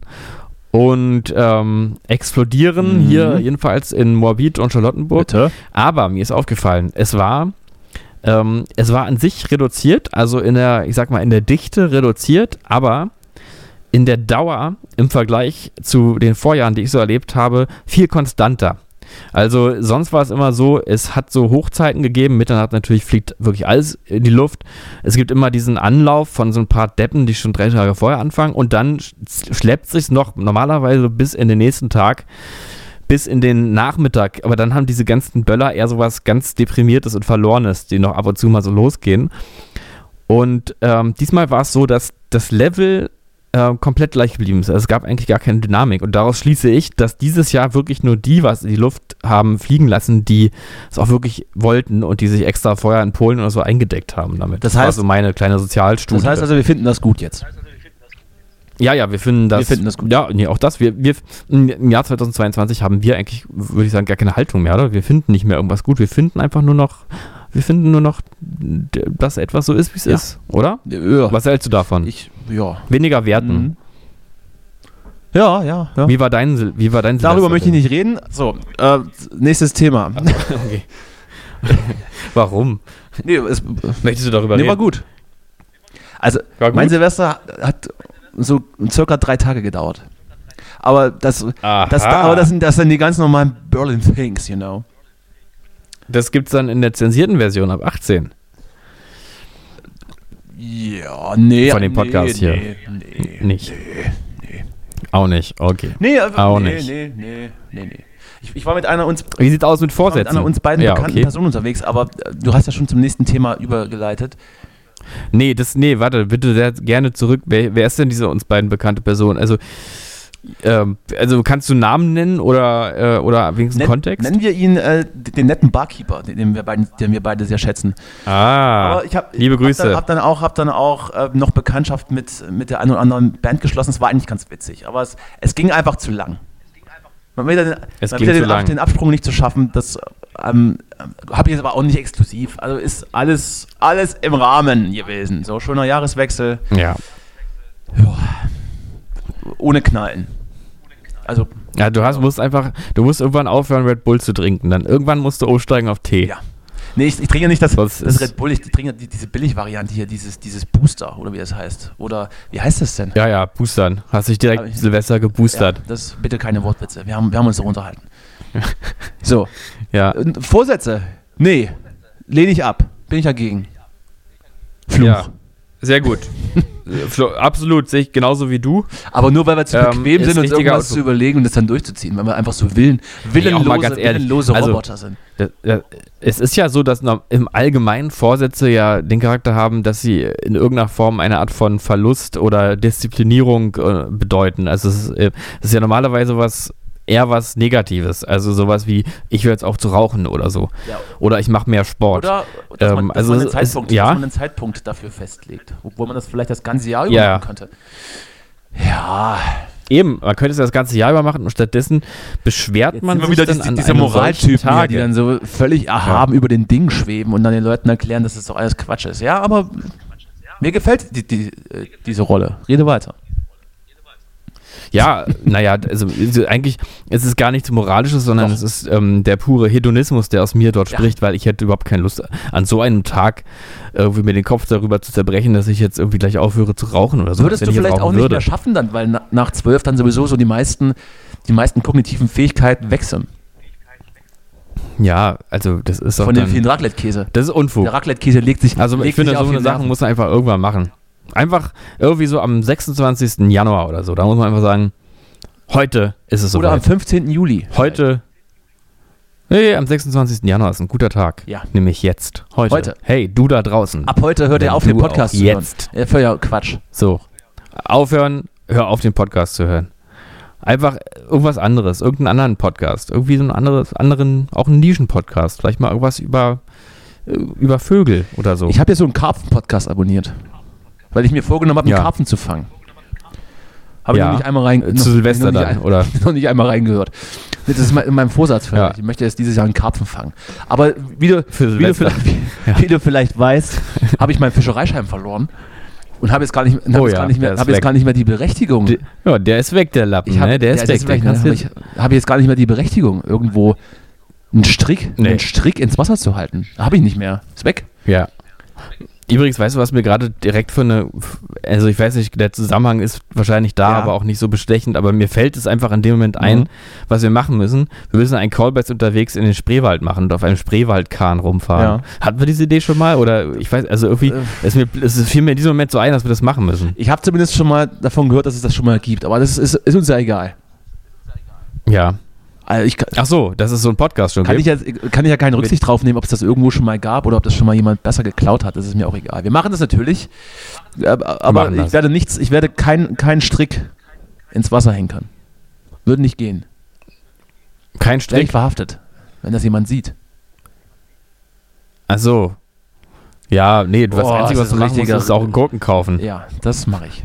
Speaker 2: und ähm, Explodieren
Speaker 3: Mhm.
Speaker 2: hier jedenfalls in Moabit und Charlottenburg.
Speaker 3: Bitte?
Speaker 2: Aber mir ist aufgefallen, es war, ähm, es war an sich reduziert, also in der, ich sag mal, in der Dichte reduziert, aber in der Dauer im Vergleich zu den Vorjahren, die ich so erlebt habe, viel konstanter. Also sonst war es immer so, es hat so Hochzeiten gegeben, Mitternacht natürlich fliegt wirklich alles in die Luft. Es gibt immer diesen Anlauf von so ein paar Deppen, die schon drei Tage vorher anfangen und dann sch- schleppt sich noch normalerweise bis in den nächsten Tag, bis in den Nachmittag. Aber dann haben diese ganzen Böller eher sowas ganz Deprimiertes und Verlorenes, die noch ab und zu mal so losgehen. Und ähm, diesmal war es so, dass das Level äh, komplett gleich geblieben ist. Also es gab eigentlich gar keine Dynamik. Und daraus schließe ich, dass dieses Jahr wirklich nur die was in die Luft haben fliegen lassen, die es auch wirklich wollten und die sich extra vorher in Polen oder so eingedeckt haben damit.
Speaker 3: Das
Speaker 2: war
Speaker 3: heißt-
Speaker 2: so meine kleine Sozialstudie.
Speaker 3: Das heißt also, wir finden das gut jetzt.
Speaker 2: Ja, ja, wir finden das.
Speaker 3: Wir finden das gut.
Speaker 2: Ja, nee, auch das. Wir, wir, Im Jahr 2022 haben wir eigentlich, würde ich sagen, gar keine Haltung mehr, oder? Wir finden nicht mehr irgendwas gut. Wir finden einfach nur noch, wir finden nur noch, dass etwas so ist, wie es
Speaker 3: Ja.
Speaker 2: ist, oder?
Speaker 3: Ja.
Speaker 2: Was hältst du davon?
Speaker 3: Ich, ja.
Speaker 2: Weniger werten.
Speaker 3: Mhm. Ja, ja, ja.
Speaker 2: Wie war dein, Sil- wie war dein
Speaker 3: Mhm. Darüber möchte ich nicht reden. So, äh, nächstes Thema.
Speaker 2: Okay. Warum?
Speaker 3: Nee, es,
Speaker 2: Möchtest du darüber
Speaker 3: nee, war
Speaker 2: reden?
Speaker 3: gut. Also,
Speaker 2: War gut?
Speaker 3: mein Silvester hat so circa drei Tage gedauert. Aber das,
Speaker 2: Aha.
Speaker 3: das, aber das, sind, das sind die ganz normalen Berlin Things, you know.
Speaker 2: das gibt's dann in der zensierten Version ab 18.
Speaker 3: Ja, nee.
Speaker 2: Von dem Podcast
Speaker 3: nee,
Speaker 2: hier.
Speaker 3: Nee, nee.
Speaker 2: Nicht. Auch nicht, okay.
Speaker 3: Nee,
Speaker 2: äh, Auch
Speaker 3: auch nee,
Speaker 2: nicht.
Speaker 3: nicht. nee, nee, nee, nee. Ich, ich war mit einer uns,
Speaker 2: Wie sieht's aus mit
Speaker 3: war mit
Speaker 2: Vorsätzen?
Speaker 3: einer uns beiden
Speaker 2: ja,
Speaker 3: bekannten
Speaker 2: okay.
Speaker 3: Person unterwegs, aber äh, du hast ja schon zum nächsten Thema übergeleitet.
Speaker 2: Nee, das, nee, warte, bitte sehr gerne zurück. Wer, wer ist denn diese uns beiden bekannte Person? Also, ähm, also kannst du Namen nennen oder, äh, oder wenigstens
Speaker 3: Nen-
Speaker 2: Kontext?
Speaker 3: Nennen wir ihn äh, den netten Barkeeper, den, den, wir beiden, den wir beide sehr schätzen.
Speaker 2: ah,
Speaker 3: Aber ich hab,
Speaker 2: liebe
Speaker 3: hab
Speaker 2: Grüße.
Speaker 3: Dann, hab dann auch, hab dann auch äh, noch Bekanntschaft mit, mit der einen oder anderen Band geschlossen. Es war eigentlich ganz witzig, aber es, es ging einfach zu lang. Man will ja den,
Speaker 2: Es
Speaker 3: man
Speaker 2: ging
Speaker 3: will ja
Speaker 2: zu
Speaker 3: den, Ab-
Speaker 2: lang.
Speaker 3: den Absprung nicht zu schaffen, das ähm, habe ich jetzt aber auch nicht exklusiv. Also ist alles, alles im Rahmen gewesen. So schöner Jahreswechsel,
Speaker 2: ja.
Speaker 3: ohne Knallen. Also,
Speaker 2: ja, du hast, musst einfach, du musst irgendwann aufhören, Red Bull zu trinken. Dann irgendwann musst du umsteigen auf Tee.
Speaker 3: ja. Nee, ich, ich trinke nicht das,
Speaker 2: Was
Speaker 3: das
Speaker 2: ist-
Speaker 3: Red Bull, ich trinke die, diese Billig-Variante hier, dieses, dieses Booster, oder wie das heißt. Oder, wie heißt das denn?
Speaker 2: ja, ja, boostern. Hast dich direkt
Speaker 3: Hab ich-
Speaker 2: Silvester geboostert.
Speaker 3: Ja, das bitte keine Wortwitze. Wir haben, wir haben uns doch unterhalten. So,
Speaker 2: Ja.
Speaker 3: äh, Vorsätze. Nee, lehne ich ab. Bin ich dagegen. Fluch.
Speaker 2: Ja. Sehr gut. Flo, absolut, sehe ich genauso wie du.
Speaker 3: Aber nur weil wir zu
Speaker 2: Ähm,
Speaker 3: bequem
Speaker 2: ist
Speaker 3: sind, uns
Speaker 2: richtiger
Speaker 3: irgendwas
Speaker 2: Ausdruck.
Speaker 3: zu überlegen und das dann durchzuziehen, weil wir einfach so willen, willenlose,
Speaker 2: mal ganz ehrlich,
Speaker 3: willenlose
Speaker 2: also-
Speaker 3: Roboter sind.
Speaker 2: Das, das, es ist ja so, dass noch im Allgemeinen Vorsätze ja den Charakter haben, dass sie in irgendeiner Form eine Art von Verlust oder Disziplinierung äh, bedeuten. Also es ist, äh, es ist ja normalerweise was eher was Negatives. Also sowas wie, ich höre jetzt auf zu rauchen oder so.
Speaker 3: Ja.
Speaker 2: Oder ich mache mehr Sport.
Speaker 3: Oder dass, man,
Speaker 2: Ähm,
Speaker 3: dass,
Speaker 2: also
Speaker 3: man einen
Speaker 2: es-
Speaker 3: Zeitpunkt,
Speaker 2: ja.
Speaker 3: dass man einen Zeitpunkt dafür festlegt, obwohl man das vielleicht das ganze Jahr über
Speaker 2: Ja.
Speaker 3: machen könnte. Ja,
Speaker 2: Eben, man könnte es das ganze Jahr über machen und stattdessen beschwert man sich dann an einem solchen Tage.
Speaker 3: die dann so völlig erhaben über den Ding schweben und dann den Leuten erklären, dass das doch alles Quatsch ist. Ja, aber mir gefällt die, die, äh, diese Rolle. Rede weiter.
Speaker 2: Ja, naja, also, also eigentlich ist es gar nichts Moralisches, sondern
Speaker 3: Doch.
Speaker 2: es ist ähm, der pure Hedonismus, der aus mir dort
Speaker 3: Ja.
Speaker 2: spricht, weil ich hätte überhaupt keine Lust, an so einem Tag irgendwie mir den Kopf darüber zu zerbrechen, dass ich jetzt irgendwie gleich aufhöre zu rauchen oder so.
Speaker 3: Würdest
Speaker 2: wenn
Speaker 3: du
Speaker 2: ich jetzt
Speaker 3: vielleicht
Speaker 2: rauchen
Speaker 3: auch nicht
Speaker 2: würde.
Speaker 3: mehr schaffen dann, weil na, nach zwölf dann sowieso so die meisten, die meisten kognitiven Fähigkeiten wechseln.
Speaker 2: Ja, also das ist doch
Speaker 3: Von dem
Speaker 2: dann,
Speaker 3: vielen Raclette-Käse.
Speaker 2: das ist Unfug.
Speaker 3: Der Raclette-Käse legt sich
Speaker 2: Also ich
Speaker 3: legt
Speaker 2: finde,
Speaker 3: sich
Speaker 2: so
Speaker 3: auf
Speaker 2: eine
Speaker 3: die
Speaker 2: Sachen
Speaker 3: Nerven.
Speaker 2: muss man einfach irgendwann machen. Einfach irgendwie so am 26. Januar oder so, da muss man einfach sagen, heute ist es
Speaker 3: Oder am
Speaker 2: soweit.
Speaker 3: 15. Juli.
Speaker 2: Heute. Nee, am 26. Januar ist ein guter Tag.
Speaker 3: Ja.
Speaker 2: Nämlich jetzt. Heute.
Speaker 3: Heute.
Speaker 2: Hey, du da draußen.
Speaker 3: Ab heute hört
Speaker 2: Wenn
Speaker 3: ihr auf,
Speaker 2: du
Speaker 3: den Podcast
Speaker 2: auch
Speaker 3: zu hören.
Speaker 2: jetzt.
Speaker 3: Äh, völliger Quatsch.
Speaker 2: So. Aufhören, hör auf, den Podcast zu hören. Einfach irgendwas anderes, irgendeinen anderen Podcast. Irgendwie so einen anderes, anderen, auch einen Nischen-Podcast. Vielleicht mal irgendwas über, äh, über Vögel oder so.
Speaker 3: Ich habe jetzt so einen Karpfen-Podcast abonniert, weil ich mir vorgenommen habe, einen
Speaker 2: Ja.
Speaker 3: Karpfen zu fangen. Habe
Speaker 2: Ja.
Speaker 3: ich noch nicht einmal rein,
Speaker 2: Äh,
Speaker 3: noch,
Speaker 2: zu Silvester
Speaker 3: noch nicht,
Speaker 2: dann,
Speaker 3: ein-
Speaker 2: oder?
Speaker 3: noch nicht einmal reingehört. Das ist mein- in meinem Vorsatz vielleicht.
Speaker 2: Ja.
Speaker 3: Ich möchte jetzt dieses Jahr einen Karpfen fangen. Aber wie du,
Speaker 2: Für
Speaker 3: wie du,
Speaker 2: Silvester.
Speaker 3: vielleicht, wie, du vielleicht weißt, habe ich meinen Fischereischein verloren und habe jetzt gar nicht, und habe
Speaker 2: Oh
Speaker 3: jetzt,
Speaker 2: ja,
Speaker 3: gar nicht mehr,
Speaker 2: der ist
Speaker 3: habe jetzt
Speaker 2: weg.
Speaker 3: gar nicht mehr die Berechtigung.
Speaker 2: Die- ja, der ist weg, der Lappen.
Speaker 3: Ich habe
Speaker 2: ne? Der ist weg. den kannst
Speaker 3: habe
Speaker 2: du-
Speaker 3: ich, hab ich jetzt gar nicht mehr die Berechtigung, irgendwo einen Strick,
Speaker 2: Nee.
Speaker 3: einen Strick ins Wasser zu halten. Habe ich nicht mehr. Ist weg.
Speaker 2: Ja. Übrigens, weißt du, was mir gerade direkt für eine, also ich weiß nicht, der Zusammenhang ist wahrscheinlich da,
Speaker 3: Ja.
Speaker 2: aber auch nicht so bestechend, aber mir fällt es einfach in dem Moment ein,
Speaker 3: Mhm.
Speaker 2: was wir machen müssen. Wir müssen einen Callbacks unterwegs in den Spreewald machen und auf einem Spreewaldkahn rumfahren. Hatten wir diese Idee schon mal? Oder ich weiß, also irgendwie,
Speaker 3: Äh.
Speaker 2: es, mir, es fiel mir in diesem Moment so ein, dass wir das machen müssen.
Speaker 3: Ich habe zumindest schon mal davon gehört, dass es das schon mal gibt, aber das ist, ist uns ja egal.
Speaker 2: Ja.
Speaker 3: Also ich kann,
Speaker 2: Ach so, das ist so ein Podcast schon.
Speaker 3: kann
Speaker 2: gibt.
Speaker 3: ich, ja, kann ich ja keine Rücksicht drauf nehmen, ob es das irgendwo schon mal gab oder ob das schon mal jemand besser geklaut hat. Das ist mir auch egal. Wir machen das natürlich, äh, aber, aber
Speaker 2: machen
Speaker 3: ich
Speaker 2: das.
Speaker 3: werde nichts, ich werde keinen kein Strick ins Wasser henkern. Würde nicht gehen.
Speaker 2: Kein
Speaker 3: Werde ich
Speaker 2: Strick.
Speaker 3: verhaftet, wenn das jemand sieht.
Speaker 2: Ach so. Ja, nee, das
Speaker 3: Boah,
Speaker 2: Einzige,
Speaker 3: das
Speaker 2: was
Speaker 3: ist
Speaker 2: du machen musst,
Speaker 3: richtiger-
Speaker 2: ist auch einen Gurken kaufen.
Speaker 3: Ja, das mache ich.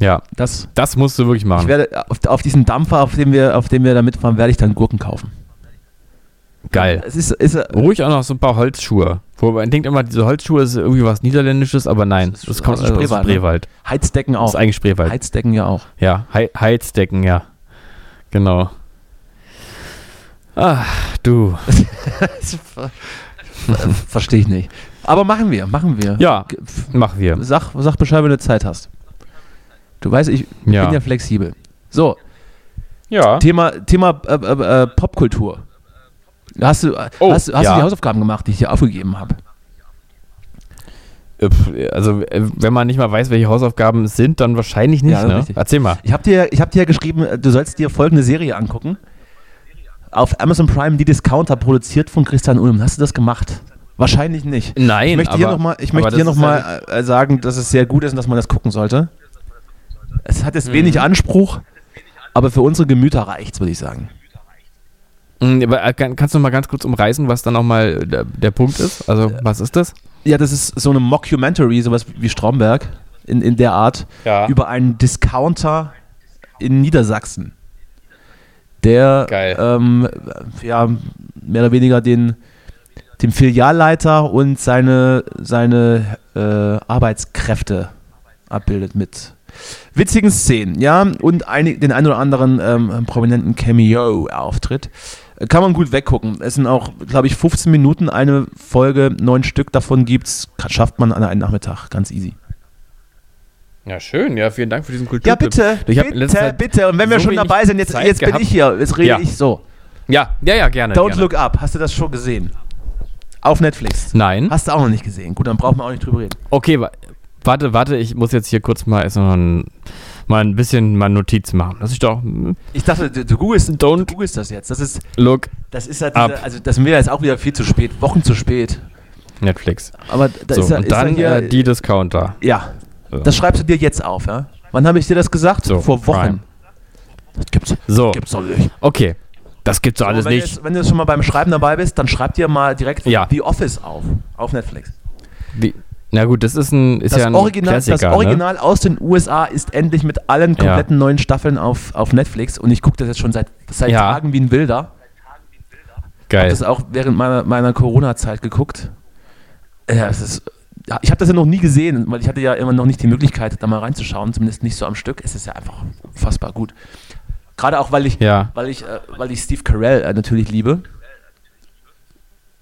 Speaker 2: Ja,
Speaker 3: Das,
Speaker 2: das musst du wirklich
Speaker 3: ich
Speaker 2: machen.
Speaker 3: werde auf, auf diesen Dampfer, auf dem wir, auf dem wir da mitfahren, werde ich dann Gurken kaufen.
Speaker 2: Geil. Oh.
Speaker 3: Es ist, ist,
Speaker 2: Ruhig auch noch so ein paar Holzschuhe. Wo man denkt immer, diese Holzschuhe ist irgendwie was Niederländisches, aber nein,
Speaker 3: Das
Speaker 2: das,
Speaker 3: ist
Speaker 2: kommt
Speaker 3: aus
Speaker 2: aus
Speaker 3: dem
Speaker 2: dem Spreewald.
Speaker 3: Spreewald, ne? Oh. Heizdecken
Speaker 2: Das
Speaker 3: auch.
Speaker 2: ist eigentlich Spreewald.
Speaker 3: Heizdecken ja auch.
Speaker 2: Ja, Hei- Heizdecken, ja. Genau. Ach, du.
Speaker 3: Verstehe ich nicht. Aber machen wir, machen wir.
Speaker 2: Ja,
Speaker 3: Ge- f-
Speaker 2: machen wir.
Speaker 3: Sag, sag Bescheid, wenn du Zeit hast. Du weißt, ich bin ja
Speaker 2: Ja.
Speaker 3: flexibel. So,
Speaker 2: Ja.
Speaker 3: Thema, Thema äh, äh, äh, Popkultur. Hast du, äh,
Speaker 2: Oh,
Speaker 3: hast, hast du
Speaker 2: ja.
Speaker 3: die Hausaufgaben gemacht, die ich dir aufgegeben habe?
Speaker 2: Äh, pf, Also, äh, wenn man nicht mal weiß, welche Hausaufgaben es sind, dann wahrscheinlich nicht,
Speaker 3: Ja, das ist
Speaker 2: ne?
Speaker 3: richtig.
Speaker 2: Erzähl mal.
Speaker 3: Ich habe dir, ich hab dir ja geschrieben, äh, du sollst dir folgende Serie angucken. Auf Amazon Prime, die Discounter, produziert von Christian Ulm. Hast du das gemacht? Wahrscheinlich nicht.
Speaker 2: Nein,
Speaker 3: ich möchte hier
Speaker 2: aber-
Speaker 3: nochmal ich
Speaker 2: aber
Speaker 3: möchte hier
Speaker 2: das
Speaker 3: noch
Speaker 2: ist
Speaker 3: mal, äh, sagen, dass es sehr gut ist und dass man das gucken sollte. Es hat jetzt wenig Anspruch, aber für unsere Gemüter reicht's, würde ich sagen.
Speaker 2: Mm, aber, äh, kann- Kannst du noch mal ganz kurz umreißen, was dann nochmal der, der Punkt ist? Also, was ist das?
Speaker 3: Ja, das ist so eine Mockumentary, sowas wie Stromberg in, in der Art,
Speaker 2: Ja.
Speaker 3: über einen Discounter in Niedersachsen, der
Speaker 2: Geil.
Speaker 3: Ähm, ja, mehr oder weniger den, dem Filialleiter und seine, seine äh, Arbeitskräfte abbildet mit witzigen Szenen, ja, und einig, den ein oder anderen ähm, prominenten Cameo-Auftritt. Äh, Kann man gut weggucken. Es sind auch, glaube ich, 15 Minuten eine Folge, neun Stück davon gibt's, ka- schafft man an einem Nachmittag, ganz easy.
Speaker 2: Ja, schön. Ja, vielen Dank für diesen Kultur.
Speaker 3: Ja, bitte,
Speaker 2: Ich hab in
Speaker 3: bitte,
Speaker 2: letzter Zeit
Speaker 3: bitte. Und wenn wir
Speaker 2: so
Speaker 3: schon
Speaker 2: wenig
Speaker 3: dabei sind, jetzt,
Speaker 2: Zeit
Speaker 3: jetzt bin
Speaker 2: gehabt.
Speaker 3: ich hier, jetzt rede
Speaker 2: Ja.
Speaker 3: ich so.
Speaker 2: Ja, ja, ja, gerne.
Speaker 3: Don't
Speaker 2: gerne.
Speaker 3: Look Up, hast du das schon gesehen? Auf Netflix.
Speaker 2: Nein.
Speaker 3: Hast du auch noch nicht gesehen. Gut, dann brauchen wir auch nicht drüber reden.
Speaker 2: Okay, wa- warte, warte, ich muss jetzt hier kurz mal, erst noch ein, mal ein bisschen mal Notiz machen. Dass ich doch. mm,
Speaker 3: Ich dachte, du, du, googelst, du
Speaker 2: Don't-
Speaker 3: googelst das jetzt. Das ist,
Speaker 2: Look,
Speaker 3: das ist halt,
Speaker 2: Up.
Speaker 3: dieser, also das ist mir jetzt auch wieder viel zu spät, Wochen zu spät.
Speaker 2: Netflix.
Speaker 3: Aber da
Speaker 2: So,
Speaker 3: ist, da,
Speaker 2: und
Speaker 3: ist da
Speaker 2: dann
Speaker 3: hier,
Speaker 2: äh, die Discounter.
Speaker 3: Ja.
Speaker 2: So.
Speaker 3: Das schreibst du dir jetzt auf, ja? Wann habe ich dir das gesagt?
Speaker 2: So,
Speaker 3: Vor Wochen.
Speaker 2: Prime.
Speaker 3: Das gibt's,
Speaker 2: So.
Speaker 3: gibt's doch nicht.
Speaker 2: Okay. Das gibt's doch alles
Speaker 3: wenn, Du
Speaker 2: nicht.
Speaker 3: jetzt, wenn du jetzt schon mal beim Schreiben dabei bist, dann schreib dir mal direkt
Speaker 2: Ja.
Speaker 3: The Office auf. Auf Netflix.
Speaker 2: Wie, na gut, das ist ein, ist
Speaker 3: Das
Speaker 2: ja ein
Speaker 3: Original,
Speaker 2: Klassiker. ne?
Speaker 3: das Original aus den USA ist endlich mit allen kompletten neuen Staffeln auf, auf Netflix und ich gucke das jetzt schon seit, seit
Speaker 2: Ja.
Speaker 3: Tagen wie ein Wilder.
Speaker 2: ne? Geil.
Speaker 3: Das auch während meiner, meiner Corona-Zeit geguckt. Ja, es ist, ja, ich habe das ja noch nie gesehen, weil ich hatte ja immer noch nicht die Möglichkeit, da mal reinzuschauen, zumindest nicht so am Stück. Es ist ja einfach unfassbar gut. Gerade auch, weil ich,
Speaker 2: Ja.
Speaker 3: weil ich, äh, weil ich Steve Carell äh, natürlich liebe.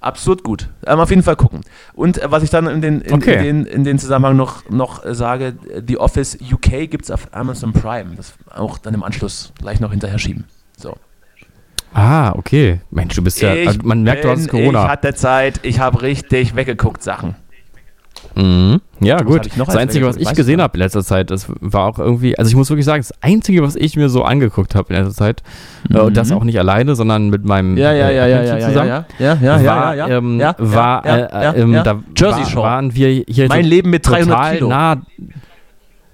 Speaker 3: Absurd gut. Ähm, auf jeden Fall gucken. Und äh, was ich dann in den, in,
Speaker 2: Okay.
Speaker 3: in den, in den Zusammenhang noch, noch äh, sage, äh, The Office UK gibt es auf Amazon Prime. Das auch dann im Anschluss gleich noch hinterher schieben. So.
Speaker 2: ah, okay. Mensch, du bist ja.
Speaker 3: Ich
Speaker 2: also man merkt, du hast
Speaker 3: bin- Ich
Speaker 2: Corona.
Speaker 3: hatte Zeit, ich habe richtig weggeguckt Sachen.
Speaker 2: Mhm. Ja,
Speaker 3: hab
Speaker 2: gut.
Speaker 3: ich noch
Speaker 2: das
Speaker 3: als
Speaker 2: Einzige, was
Speaker 3: Weggeguckt?
Speaker 2: ich
Speaker 3: Weißt
Speaker 2: gesehen
Speaker 3: du?
Speaker 2: habe in letzter Zeit, das war auch irgendwie. Also, ich muss wirklich sagen, das Einzige, was ich mir so angeguckt habe in letzter Zeit, äh,
Speaker 3: Mhm.
Speaker 2: und das auch nicht alleine, sondern mit meinem äh, Mädchen zusammen,
Speaker 3: ja, ja,
Speaker 2: war, ähm, war,
Speaker 3: ja,
Speaker 2: äh,
Speaker 3: ja,
Speaker 2: ähm,
Speaker 3: ja.
Speaker 2: da
Speaker 3: Jersey
Speaker 2: war,
Speaker 3: Shore.
Speaker 2: waren wir hier
Speaker 3: Mein Leben mit 300
Speaker 2: total
Speaker 3: Kilo.
Speaker 2: nah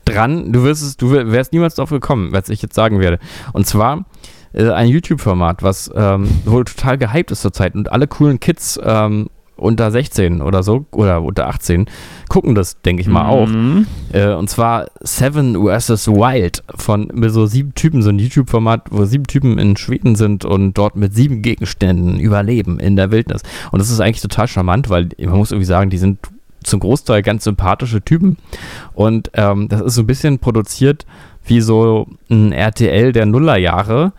Speaker 2: dran. Du wirst es, du wärst niemals drauf gekommen, was ich jetzt sagen werde. Und zwar äh, ein YouTube-Format, was ähm, wohl total gehypt ist zurzeit und alle coolen Kids ähm, unter 16 oder so oder unter 18 gucken das, denke ich mal,
Speaker 3: Mhm.
Speaker 2: auch. Äh, und zwar Seven vs. Wild von mit so sieben Typen, so ein YouTube-Format, wo sieben Typen in Schweden sind und dort mit sieben Gegenständen überleben in der Wildnis. Und das ist eigentlich total charmant, weil man muss irgendwie sagen, die sind zum Großteil ganz sympathische Typen. Und ähm, das ist so ein bisschen produziert wie so ein RTL der Nullerjahre.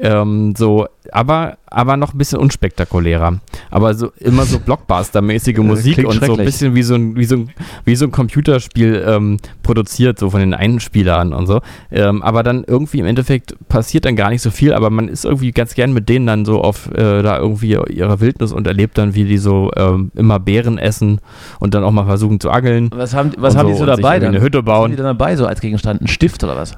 Speaker 2: Ähm, so, aber, aber noch ein bisschen unspektakulärer. Aber so immer so Blockbuster-mäßige Musik
Speaker 3: Äh, Klingt
Speaker 2: und so ein
Speaker 3: schrecklich.
Speaker 2: bisschen wie so ein, wie so ein, wie so ein Computerspiel ähm, produziert, so von den Einspielern und so. Ähm, aber dann irgendwie im Endeffekt passiert dann gar nicht so viel, aber man ist irgendwie ganz gern mit denen dann so auf äh, da irgendwie ihrer Wildnis und erlebt dann, wie die so ähm, immer Beeren essen und dann auch mal versuchen zu angeln.
Speaker 3: Was haben, was
Speaker 2: und
Speaker 3: haben die so
Speaker 2: und sich
Speaker 3: dabei
Speaker 2: irgendwie
Speaker 3: dann?
Speaker 2: Eine Hütte
Speaker 3: Was haben
Speaker 2: bauen.
Speaker 3: die dann dabei so als Gegenstand? Ein Stift oder was?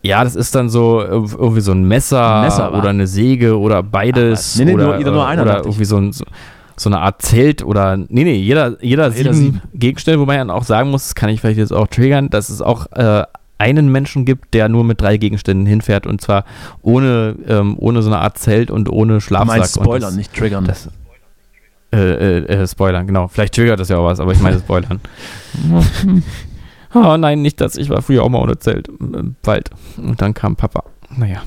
Speaker 2: Ja, das ist dann so äh, irgendwie so ein Messer,
Speaker 3: Messer, wa?
Speaker 2: oder eine Säge oder beides.
Speaker 3: Ah, nee, nee,
Speaker 2: oder,
Speaker 3: nur- jeder nur
Speaker 2: äh,
Speaker 3: einer,
Speaker 2: Oder
Speaker 3: dachte ich.
Speaker 2: irgendwie so, ein, so, so eine Art Zelt oder. Nee, nee, jeder, jeder,
Speaker 3: Jeder
Speaker 2: sieben,
Speaker 3: sieben.
Speaker 2: Gegenstände, wobei man auch sagen muss, das kann ich vielleicht jetzt auch triggern, dass es auch äh, einen Menschen gibt, der nur mit drei Gegenständen hinfährt und zwar ohne, ähm, ohne so eine Art Zelt und ohne
Speaker 3: Du
Speaker 2: Schlafsack.
Speaker 3: meinst ne?
Speaker 2: und
Speaker 3: Spoilern,
Speaker 2: das,
Speaker 3: nicht triggern.
Speaker 2: Das, äh, äh, äh, spoilern, genau. Vielleicht triggert das ja auch was, aber ich meine spoilern. oh nein, nicht das. Ich war früher auch mal ohne Zelt im- im Wald. Und dann kam Papa. Naja.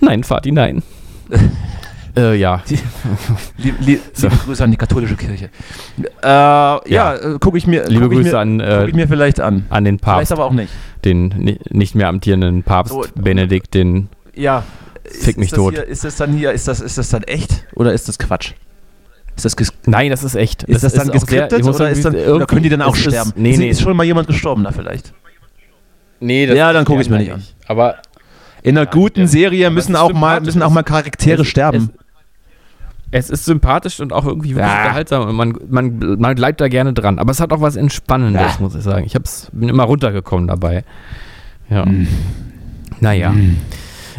Speaker 2: Nein, Vati, nein. äh, ja.
Speaker 3: Lieb, lieb,
Speaker 2: So.
Speaker 3: Liebe Grüße an die katholische Kirche. Äh, ja,
Speaker 2: Ja.
Speaker 3: äh, gucke ich mir.
Speaker 2: Liebe
Speaker 3: guck ich
Speaker 2: Grüße
Speaker 3: mir,
Speaker 2: an,
Speaker 3: Guck ich
Speaker 2: äh,
Speaker 3: mir vielleicht an.
Speaker 2: an den
Speaker 3: Vielleicht
Speaker 2: Papst,
Speaker 3: aber auch nicht.
Speaker 2: den ni- nicht mehr amtierenden Papst
Speaker 3: So.
Speaker 2: Benedikt, den.
Speaker 3: Ja.
Speaker 2: Fick mich
Speaker 3: ist das
Speaker 2: tot.
Speaker 3: Hier, ist das dann hier, ist das, ist das dann echt oder ist das Quatsch? Ist das, ges
Speaker 2: Nein, das ist echt.
Speaker 3: ist das, dann
Speaker 2: auch sehr-
Speaker 3: geskriptet
Speaker 2: ich muss
Speaker 3: oder,
Speaker 2: sagen,
Speaker 3: ist dann,
Speaker 2: irgendwie-
Speaker 3: oder können die dann auch
Speaker 2: es ist-
Speaker 3: sterben?
Speaker 2: Nee,
Speaker 3: ist,
Speaker 2: nee,
Speaker 3: ist schon mal jemand gestorben da vielleicht?
Speaker 2: nee
Speaker 3: Ja, dann guck ich's mir nicht an.
Speaker 2: Aber
Speaker 3: In einer guten
Speaker 2: der-
Speaker 3: Serie
Speaker 2: aber
Speaker 3: müssen
Speaker 2: es ist
Speaker 3: auch, mal,
Speaker 2: sympathisch,
Speaker 3: müssen auch
Speaker 2: es-
Speaker 3: mal Charaktere
Speaker 2: es-
Speaker 3: sterben.
Speaker 2: Es ist sympathisch und auch irgendwie wirklich
Speaker 3: Ah.
Speaker 2: unterhaltsam und man, man, man bleibt da gerne dran. Aber es hat auch was Entspannendes,
Speaker 3: Ah.
Speaker 2: muss ich sagen. Ich hab's, bin immer runtergekommen dabei. Ja.
Speaker 3: Hm.
Speaker 2: Naja.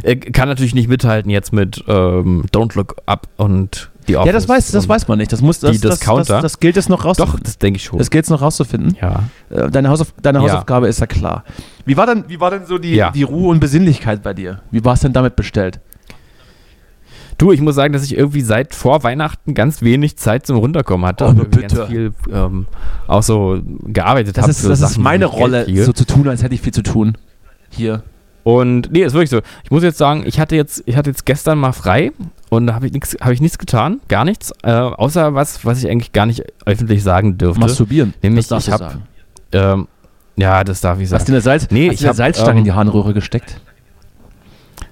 Speaker 2: Äh, Kann natürlich nicht mithalten jetzt mit ähm, Don't Look Up und die Office.
Speaker 3: ja, das weiß, das
Speaker 2: und
Speaker 3: weiß man nicht. Das muss das,
Speaker 2: Die
Speaker 3: das, das,
Speaker 2: Discounter?
Speaker 3: das, gilt es noch
Speaker 2: Doch,
Speaker 3: rauszufinden.
Speaker 2: das denke ich schon.
Speaker 3: Das gilt es noch rauszufinden.
Speaker 2: ja.
Speaker 3: Äh, Deine, Hausauf deine
Speaker 2: Ja.
Speaker 3: Hausaufgabe ist ja klar. Wie war denn, wie war denn so die,
Speaker 2: Ja.
Speaker 3: die Ruhe und Besinnlichkeit bei dir? Wie war es denn damit bestellt?
Speaker 2: Du, ich muss sagen, dass ich irgendwie seit vor Weihnachten ganz wenig Zeit zum Runterkommen hatte.
Speaker 3: Oh,
Speaker 2: und
Speaker 3: aber
Speaker 2: irgendwie
Speaker 3: bitte.
Speaker 2: ganz viel ähm, auch so gearbeitet
Speaker 3: Das,
Speaker 2: habe.
Speaker 3: ist, das ist meine Rolle,
Speaker 2: hier.
Speaker 3: so zu tun, als hätte ich viel zu tun. Hier.
Speaker 2: Und nee, ist wirklich so. Ich muss jetzt sagen, ich hatte jetzt, ich hatte jetzt gestern mal frei und da habe ich nichts, habe ich nichts getan, gar nichts, äh, außer was, was ich eigentlich gar nicht öffentlich sagen dürfte.
Speaker 3: Masturbieren.
Speaker 2: Nämlich,
Speaker 3: darfst
Speaker 2: ich
Speaker 3: du
Speaker 2: hab-
Speaker 3: sagen.
Speaker 2: Ähm, ja, das darf ich
Speaker 3: Hast du
Speaker 2: sagen.
Speaker 3: eine, Salz,
Speaker 2: Nee,
Speaker 3: hast
Speaker 2: ich
Speaker 3: du eine
Speaker 2: hab,
Speaker 3: Salzstange
Speaker 2: ähm,
Speaker 3: in die Harnröhre gesteckt?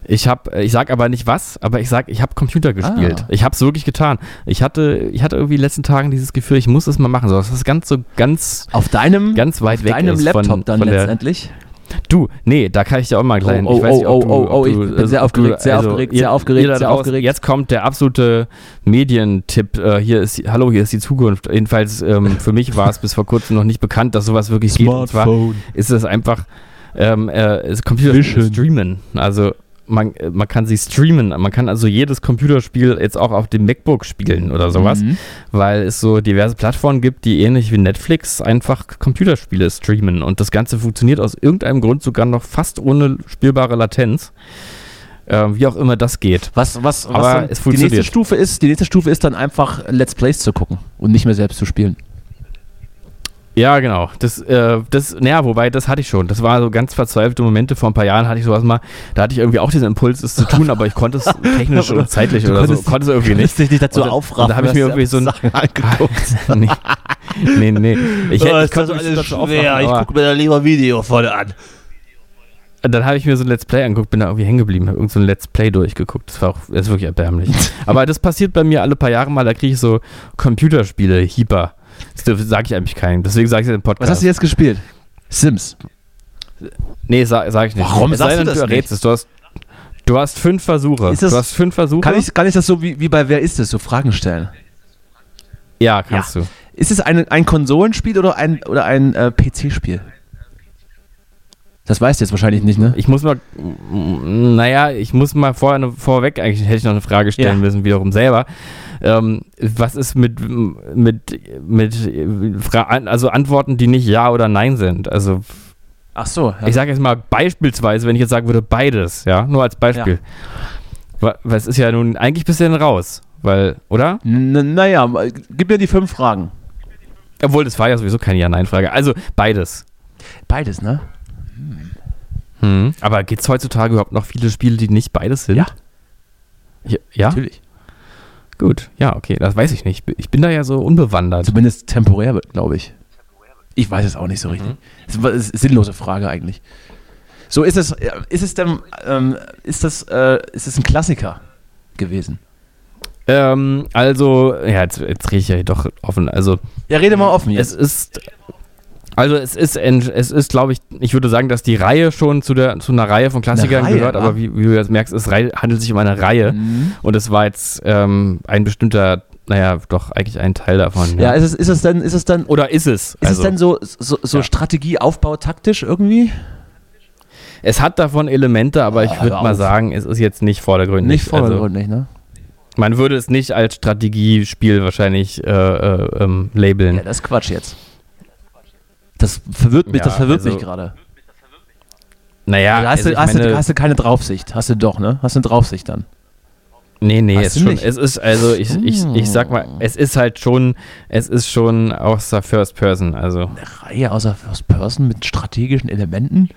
Speaker 2: Ich habe, ich sag aber nicht was, aber ich sag, ich habe Computer gespielt.
Speaker 3: Ah.
Speaker 2: Ich habe es wirklich getan. Ich hatte, ich hatte irgendwie in den letzten Tagen dieses Gefühl, ich muss es mal machen. So, das ist ganz so ganz
Speaker 3: Auf deinem,
Speaker 2: ganz weit weg
Speaker 3: deinem
Speaker 2: ist
Speaker 3: Laptop
Speaker 2: von,
Speaker 3: dann
Speaker 2: von der,
Speaker 3: letztendlich?
Speaker 2: Du, nee, da kann ich dir auch mal gleich.
Speaker 3: Oh, oh,
Speaker 2: ich weiß nicht, ob
Speaker 3: oh,
Speaker 2: du,
Speaker 3: oh, oh,
Speaker 2: ob
Speaker 3: ich
Speaker 2: du, also
Speaker 3: bin sehr
Speaker 2: ob du-
Speaker 3: aufgeregt, sehr aufgeregt,
Speaker 2: ihr-
Speaker 3: sehr aufgeregt,
Speaker 2: ihr da
Speaker 3: sehr
Speaker 2: draußen,
Speaker 3: aufgeregt.
Speaker 2: Jetzt kommt der absolute Medientipp. Äh, hier ist, die- hallo, hier ist die Zukunft. Jedenfalls ähm, für mich war es bis vor kurzem noch nicht bekannt, dass sowas wirklich geht. Und zwar ist es einfach ähm, äh, ist Computerspiele
Speaker 3: Vision.
Speaker 2: streamen. Also man, äh, man kann sie streamen. Man kann also jedes Computerspiel jetzt auch auf dem MacBook spielen oder sowas
Speaker 3: Mhm.
Speaker 2: weil es so diverse Plattformen gibt, die ähnlich wie Netflix einfach Computerspiele streamen. Und das Ganze funktioniert aus irgendeinem Grund sogar noch fast ohne spielbare Latenz. Ähm, wie auch immer das geht.
Speaker 3: Was, was, was
Speaker 2: Aber
Speaker 3: dann-
Speaker 2: es
Speaker 3: die, nächste
Speaker 2: funktioniert.
Speaker 3: Stufe ist, die nächste Stufe ist dann einfach Let's Plays zu gucken und nicht mehr selbst zu spielen.
Speaker 2: Ja, genau. Das, äh, das, naja, wobei, das hatte ich schon. Das war so ganz verzweifelte Momente. Vor ein paar Jahren hatte ich sowas mal. Da hatte ich irgendwie auch diesen Impuls, es zu tun, aber ich konnte es technisch oder zeitlich
Speaker 3: Du
Speaker 2: oder so,
Speaker 3: konntest-
Speaker 2: konnte es irgendwie nicht.
Speaker 3: dich nicht
Speaker 2: dazu aufraffen,
Speaker 3: Da habe ich mir
Speaker 2: dass
Speaker 3: irgendwie
Speaker 2: du
Speaker 3: so ein.
Speaker 2: nee. nee, nee. Ich,
Speaker 4: Ich,
Speaker 2: hätte-
Speaker 4: oh,
Speaker 2: ich
Speaker 4: ist das
Speaker 2: konnte mich
Speaker 4: alles
Speaker 2: dazu aufraffen,
Speaker 4: schwer. Ich
Speaker 2: aber-
Speaker 4: gucke mir da lieber Video vorne an.
Speaker 2: Und dann habe ich mir so ein Let's Play angeguckt, bin da irgendwie hängen geblieben, habe irgend so ein Let's Play durchgeguckt. Das war auch, das ist wirklich erbärmlich. Aber das passiert bei mir alle paar Jahre mal, da kriege ich so Computerspiele, Hyper. Das sage ich eigentlich keinem. Deswegen sage ich es im
Speaker 3: Was
Speaker 2: Podcast.
Speaker 3: hast du jetzt gespielt? Sims.
Speaker 2: Nee, sage sag ich nicht.
Speaker 3: Warum
Speaker 2: es sei
Speaker 3: sagst du
Speaker 2: denn,
Speaker 3: das
Speaker 2: du errätst es. Du hast, du hast fünf Versuche.
Speaker 3: Ist das-
Speaker 2: du hast fünf Versuche?
Speaker 3: Kann ich, kann ich das so wie, wie bei Wer ist es, so Fragen stellen?
Speaker 2: Ja, kannst du.
Speaker 3: Ist es ein, ein Konsolenspiel oder ein, oder ein äh, PC-Spiel? Das weißt du jetzt wahrscheinlich nicht, ne?
Speaker 2: Ich muss mal, mm, naja, ich muss mal vorher eine, vorweg eigentlich hätte ich noch eine Frage stellen
Speaker 3: Ja.
Speaker 2: müssen wiederum selber. Ähm, was ist mit mit mit äh, Fra an- also Antworten, die nicht ja oder nein sind? Also
Speaker 3: Ach so. Ja.
Speaker 2: ich sage jetzt mal beispielsweise, wenn ich jetzt sagen würde beides, ja, nur als Beispiel. Wa- Was ist ja nun eigentlich bist du denn raus, weil oder?
Speaker 3: N naja, mal- gib mir die fünf Fragen.
Speaker 2: Obwohl das war ja sowieso keine ja-nein-Frage. Also beides.
Speaker 3: Beides, ne?
Speaker 2: Hm. Aber gibt es heutzutage überhaupt noch viele Spiele, die nicht beides sind?
Speaker 3: Ja.
Speaker 2: Ja, ja?
Speaker 3: Natürlich.
Speaker 2: Gut, ja, okay, das weiß ich nicht. Ich bin da ja so unbewandert.
Speaker 3: Zumindest temporär, glaube ich. Ich weiß es auch nicht so richtig. Es war- es ist eine sinnlose Frage eigentlich. So ist es, ist es denn, ähm, ist das, äh, ist es ein Klassiker gewesen?
Speaker 2: Ähm, also, ja, jetzt, jetzt rede ich ja doch offen. Also,
Speaker 3: Ja, rede mal offen
Speaker 2: es
Speaker 3: jetzt.
Speaker 2: ist. Also es ist, en- es ist, glaube ich, ich würde sagen, dass die Reihe schon zu, der, zu einer Reihe von Klassikern
Speaker 3: Reihe,
Speaker 2: gehört,
Speaker 3: ja.
Speaker 2: aber wie, wie du jetzt merkst, es rei- handelt sich um eine Reihe
Speaker 3: Mhm.
Speaker 2: und es war jetzt ähm, ein bestimmter, naja, doch eigentlich ein Teil davon.
Speaker 3: Ja, ist es, ist es denn, ist es denn,
Speaker 2: Oder ist es? Also,
Speaker 3: ist es denn so, so, so
Speaker 2: ja.
Speaker 3: Strategieaufbau taktisch irgendwie?
Speaker 2: Es hat davon Elemente, aber ich würde
Speaker 3: Ah, hör
Speaker 2: mal
Speaker 3: auf.
Speaker 2: sagen, es ist jetzt nicht vordergründig.
Speaker 3: Nicht
Speaker 2: Also,
Speaker 3: vordergründig, ne?
Speaker 2: man würde es nicht als Strategiespiel wahrscheinlich äh, äh, ähm, labeln.
Speaker 3: Ja, das ist Quatsch jetzt. Das verwirrt mich,
Speaker 2: Ja,
Speaker 3: das verwirrt mich
Speaker 2: also-
Speaker 3: gerade.
Speaker 2: naja,
Speaker 3: Also hast,
Speaker 2: also
Speaker 3: du,
Speaker 2: ich
Speaker 3: hast,
Speaker 2: meine-
Speaker 3: du, hast du keine Draufsicht? Hast du doch, ne? Hast du eine Draufsicht dann?
Speaker 2: Nee, nee,
Speaker 3: Hast
Speaker 2: es
Speaker 3: du
Speaker 2: schon.
Speaker 3: nicht? Hm.
Speaker 2: Es ist, also ich, ich, ich sag mal, es ist halt schon, es ist schon aus der First Person. Also,
Speaker 3: Reihe außer First Person mit strategischen Elementen?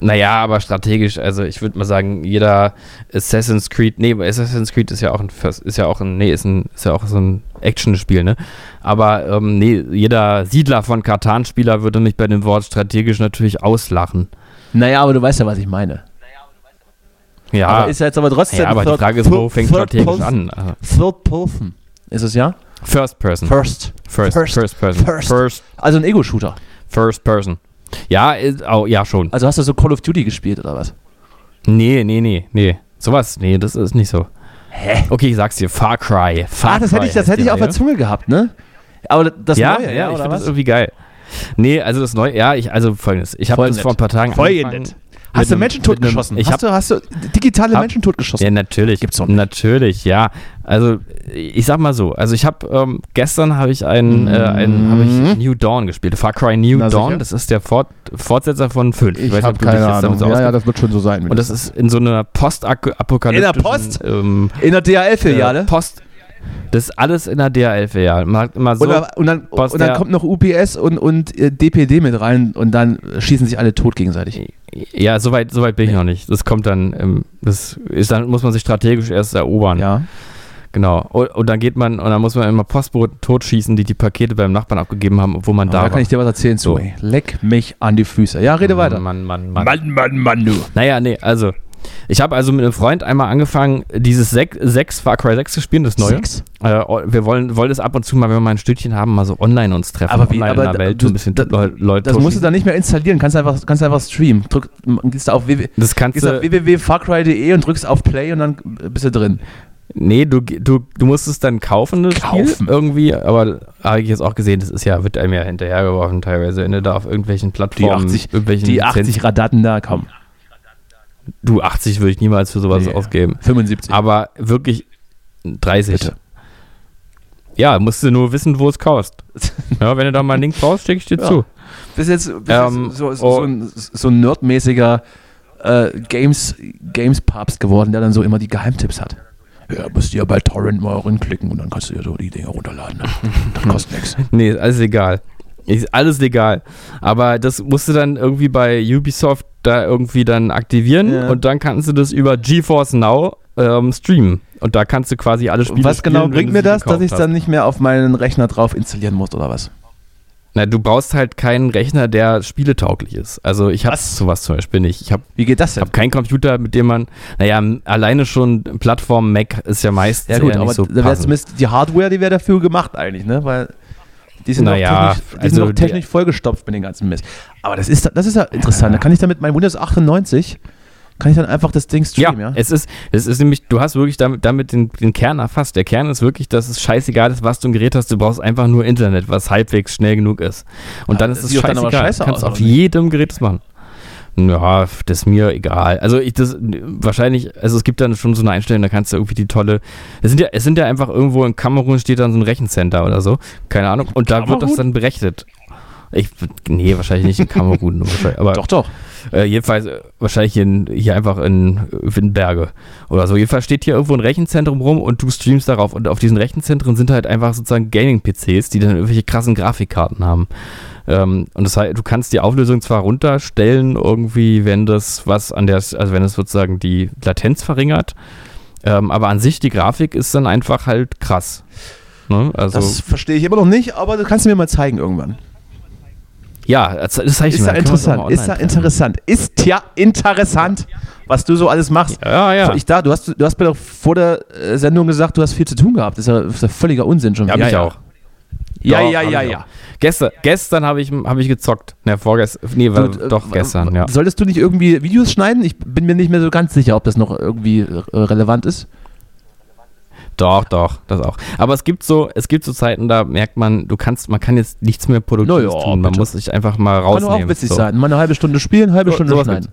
Speaker 2: naja, aber strategisch, also ich würde mal sagen, jeder Assassin's Creed, nee, aber Assassin's Creed ist ja auch ein First, ist ja auch ein, nee, ist ein, ist ja auch so ein Action-Spiel, ne? Aber ähm, nee, jeder Siedler von Katan-Spieler würde mich bei dem Wort strategisch natürlich auslachen.
Speaker 3: Naja, aber du weißt ja, was ich meine.
Speaker 2: Ja,
Speaker 3: Aber ist ja jetzt aber trotzdem.
Speaker 2: Ah. ja, aber die
Speaker 3: Third-
Speaker 2: Frage ist, wo fängt
Speaker 3: Third
Speaker 2: strategisch an?
Speaker 3: Person-
Speaker 2: Also,
Speaker 3: Third Person. Ist es ja?
Speaker 2: First Person.
Speaker 3: First.
Speaker 2: First,
Speaker 3: first-
Speaker 2: first, Person.
Speaker 3: first.
Speaker 2: first,
Speaker 3: Also ein Ego-Shooter.
Speaker 2: first Person. Ja, ist, oh, ja, schon.
Speaker 3: Also hast du so Call of Duty gespielt oder was?
Speaker 2: Nee, nee, nee, nee. Sowas, nee, das ist nicht so. Hä? Okay, ich sag's dir, Far Cry. Far
Speaker 3: Ah, das hätte
Speaker 2: Cry
Speaker 3: ich, das
Speaker 2: heißt
Speaker 3: hätte
Speaker 2: die
Speaker 3: ich auf der
Speaker 2: Reihe.
Speaker 3: Zunge gehabt, ne? Aber das
Speaker 2: Ja,
Speaker 3: Neue,
Speaker 2: ja, ich
Speaker 3: oder
Speaker 2: finde das
Speaker 3: was?
Speaker 2: irgendwie geil. Nee, also das neue, ja, ich, also folgendes. Ich habe das
Speaker 3: Folgendes.
Speaker 2: vor ein paar Tagen
Speaker 4: Folgendes.
Speaker 3: Hast du
Speaker 2: mit einem-
Speaker 3: Menschen
Speaker 2: mit einem-
Speaker 3: totgeschossen?
Speaker 2: Ich
Speaker 3: hast,
Speaker 2: hab,
Speaker 3: du, hast du digitale
Speaker 2: hab-
Speaker 3: Menschen totgeschossen?
Speaker 2: ja, natürlich.
Speaker 3: Gibt's doch nicht.
Speaker 2: Natürlich, ja. Also, ich sag mal so, also ich habe ähm, gestern habe ich einen, äh, einen habe ich New Dawn gespielt. Far Cry New
Speaker 5: Na,
Speaker 2: Dawn,
Speaker 5: sicher.
Speaker 2: das ist der Fort, Fortsetzer von 5.
Speaker 5: Ich, habe keine Ahnung.
Speaker 2: so
Speaker 5: Ja, ja,
Speaker 2: auskennst.
Speaker 5: das wird schon so sein.
Speaker 2: Und das ist in so einer postapokalyptischen
Speaker 3: In der Post?
Speaker 2: ähm,
Speaker 3: In der
Speaker 2: Äh,
Speaker 3: DHL-Filiale?
Speaker 2: Post. Das ist alles in der DHL-Filiale. Man hat immer so.
Speaker 3: und, dann- und dann,
Speaker 2: Post,
Speaker 3: und dann
Speaker 2: ja.
Speaker 3: kommt noch UPS und, und äh, DPD mit rein und dann schießen sich alle tot gegenseitig.
Speaker 2: ja, soweit so weit bin ich noch nicht. Das kommt dann. Ähm, das ist, dann muss man sich strategisch erst erobern.
Speaker 3: Ja.
Speaker 2: Genau. Und, und dann geht man und dann muss man immer Postboten totschießen, die die Pakete beim Nachbarn abgegeben haben, obwohl man
Speaker 3: Aber
Speaker 2: da
Speaker 3: da
Speaker 2: war.
Speaker 3: kann ich dir was erzählen
Speaker 2: So. Mm,
Speaker 3: zu. Ey, leck mich an die Füße. Ja, rede weiter.
Speaker 2: Mann, Mann, Mann.
Speaker 3: Mann, Mann, du.
Speaker 2: Naja, nee, also. Ich habe also mit einem Freund einmal angefangen, dieses 6, Far Cry 6 zu spielen, das neue.
Speaker 3: Sechs.
Speaker 2: Äh, wir wollen, wollen es ab und zu mal, wenn wir mal ein Stündchen haben, mal so online uns treffen.
Speaker 3: Aber wie-
Speaker 2: online
Speaker 3: aber
Speaker 2: in der
Speaker 3: da-
Speaker 2: Welt,
Speaker 3: du-
Speaker 2: so ein bisschen
Speaker 3: da-
Speaker 2: Leute
Speaker 3: Das musst du
Speaker 2: totschießen.
Speaker 3: dann nicht mehr installieren. Kannst einfach, kannst einfach streamen. Drück, gehst da auf, www,
Speaker 2: Das kannst
Speaker 3: gehst
Speaker 2: du.
Speaker 3: auf www.farcry.de E und drückst auf Play und dann bist du drin.
Speaker 2: Nee, du, du, du musst es dann kaufen, das
Speaker 3: Kaufen?
Speaker 2: Spiel irgendwie, aber habe ich jetzt auch gesehen, das ist ja, wird einem ja hinterhergeworfen teilweise, wenn du da auf irgendwelchen Plattformen,
Speaker 3: 80
Speaker 2: irgendwelchen
Speaker 3: Die
Speaker 2: Lizenzen-
Speaker 3: 80 Radatten da, komm.
Speaker 2: du 80 würde ich niemals für sowas
Speaker 3: Nee.
Speaker 2: ausgeben,
Speaker 3: 75.
Speaker 2: aber wirklich 30.
Speaker 3: Bitte.
Speaker 2: Ja, musst du nur wissen, wo es kaufst. Ja, wenn du da mal einen Link brauchst, schicke ich dir
Speaker 3: Ja.
Speaker 2: zu.
Speaker 3: Bist jetzt, bist
Speaker 2: Ähm,
Speaker 3: jetzt so, so,
Speaker 2: oh.
Speaker 3: so, ein, so ein nerdmäßiger äh, Games, Games-Papst geworden, der dann so immer die Geheimtipps hat. Ja, musst du ja bei Torrent mal klicken und dann kannst du dir so die Dinger runterladen. ne? Das kostet nichts.
Speaker 2: Nee, ist alles legal. Ist alles legal. Aber das musst du dann irgendwie bei Ubisoft da irgendwie dann aktivieren
Speaker 3: Ja.
Speaker 2: und dann kannst du das über GeForce Now ähm, streamen. Und da kannst du quasi alle Spiele
Speaker 3: Was genau
Speaker 2: spielen, wenn
Speaker 3: bringt
Speaker 2: du
Speaker 3: mir
Speaker 2: sie
Speaker 3: das, dass
Speaker 2: gekauft
Speaker 3: ich es
Speaker 2: hast.
Speaker 3: dann nicht mehr auf meinen Rechner drauf installieren muss oder was?
Speaker 2: Na, du brauchst halt keinen Rechner, der spieletauglich ist. Also ich habe sowas zum Beispiel nicht. Ich habe
Speaker 3: Wie geht das denn?
Speaker 2: hab keinen Computer, mit dem man, naja, m- alleine schon Plattform Mac ist ja meistens
Speaker 3: Ja gut,
Speaker 2: eher
Speaker 3: aber
Speaker 2: nicht so
Speaker 3: da wäre
Speaker 2: passend.
Speaker 3: zumindest die Hardware, die wäre dafür gemacht eigentlich, ne? Weil die sind
Speaker 2: Naja,
Speaker 3: noch technisch, die
Speaker 2: also
Speaker 3: sind noch technisch vollgestopft mit dem ganzen Mist. Aber das ist, das ist ja interessant. Da kann ich dann mit meinem Windows 98, kann ich dann einfach das Ding streamen, ja?
Speaker 2: ja, es ist, es ist nämlich, du hast wirklich damit, damit den, den Kern erfasst. Der Kern ist wirklich, dass es scheißegal ist, was du im Gerät hast. Du brauchst einfach nur Internet, was halbwegs schnell genug ist. Und dann
Speaker 3: Aber
Speaker 2: ist
Speaker 3: das
Speaker 2: es
Speaker 3: sieht doch dann aber
Speaker 2: scheißegal.
Speaker 3: scheiße
Speaker 2: du kannst
Speaker 3: aus,
Speaker 2: auf
Speaker 3: oder nicht?
Speaker 2: jedem Gerät das machen. Ja, das ist mir egal. Also ich das wahrscheinlich, also es gibt dann schon so eine Einstellung, da kannst du irgendwie die tolle. Es sind ja, es sind ja einfach irgendwo in Kamerun steht dann so ein Rechencenter oder so. Keine Ahnung. Und da wird das dann berechnet. Ich, nee, wahrscheinlich nicht in Kamerun. wahrscheinlich, aber
Speaker 3: Doch, doch.
Speaker 2: äh, jedenfalls äh, wahrscheinlich hier in, hier einfach in äh, Windberge oder so. Jedenfalls steht hier irgendwo ein Rechenzentrum rum und du streamst darauf. Und auf diesen Rechenzentren sind halt einfach sozusagen Gaming-PCs, die dann irgendwelche krassen Grafikkarten haben. Ähm, und das heißt, du kannst die Auflösung zwar runterstellen, irgendwie, wenn das was an der, also wenn es sozusagen die Latenz verringert, ähm, aber an sich die Grafik ist dann einfach halt krass. Ne? Also,
Speaker 3: Das verstehe ich immer noch nicht, aber das kannst du mir mal zeigen irgendwann.
Speaker 2: ja, das, das zeige ich
Speaker 3: Ist
Speaker 2: mir.
Speaker 3: ja
Speaker 2: Dann können wir es doch mal
Speaker 3: interessant, ist ja
Speaker 2: online
Speaker 3: interessant. Ist ja interessant, was du so alles machst.
Speaker 2: teilen. Ja, ja.
Speaker 3: Ich da, du hast, du hast mir doch vor der äh, Sendung gesagt, du hast viel zu tun gehabt. Das ist ja, ist ja völliger Unsinn schon.
Speaker 2: hab ich auch.
Speaker 3: Ja,
Speaker 2: Doch,
Speaker 3: ja,
Speaker 2: hab
Speaker 3: ja,
Speaker 2: ich
Speaker 3: ja.
Speaker 2: auch. Gestern, gestern habe ich, hab ich gezockt. Ne, vorgestern. Nee, war,
Speaker 3: Du, äh,
Speaker 2: doch
Speaker 3: w-
Speaker 2: gestern, ja.
Speaker 3: Solltest du nicht irgendwie Videos schneiden? Ich bin mir nicht mehr so ganz sicher, ob das noch irgendwie äh, relevant ist.
Speaker 2: Doch, doch, das auch. Aber es gibt so, es gibt so Zeiten, da merkt man, du kannst, man kann jetzt nichts mehr produktiv
Speaker 3: Na ja,
Speaker 2: tun. Man
Speaker 3: bitte.
Speaker 2: muss sich einfach mal
Speaker 3: Kann
Speaker 2: rausnehmen.
Speaker 3: doch auch witzig
Speaker 2: so.
Speaker 3: sein. Mal eine halbe Stunde spielen, halbe
Speaker 2: So-
Speaker 3: Stunde
Speaker 2: sowas
Speaker 3: schneiden.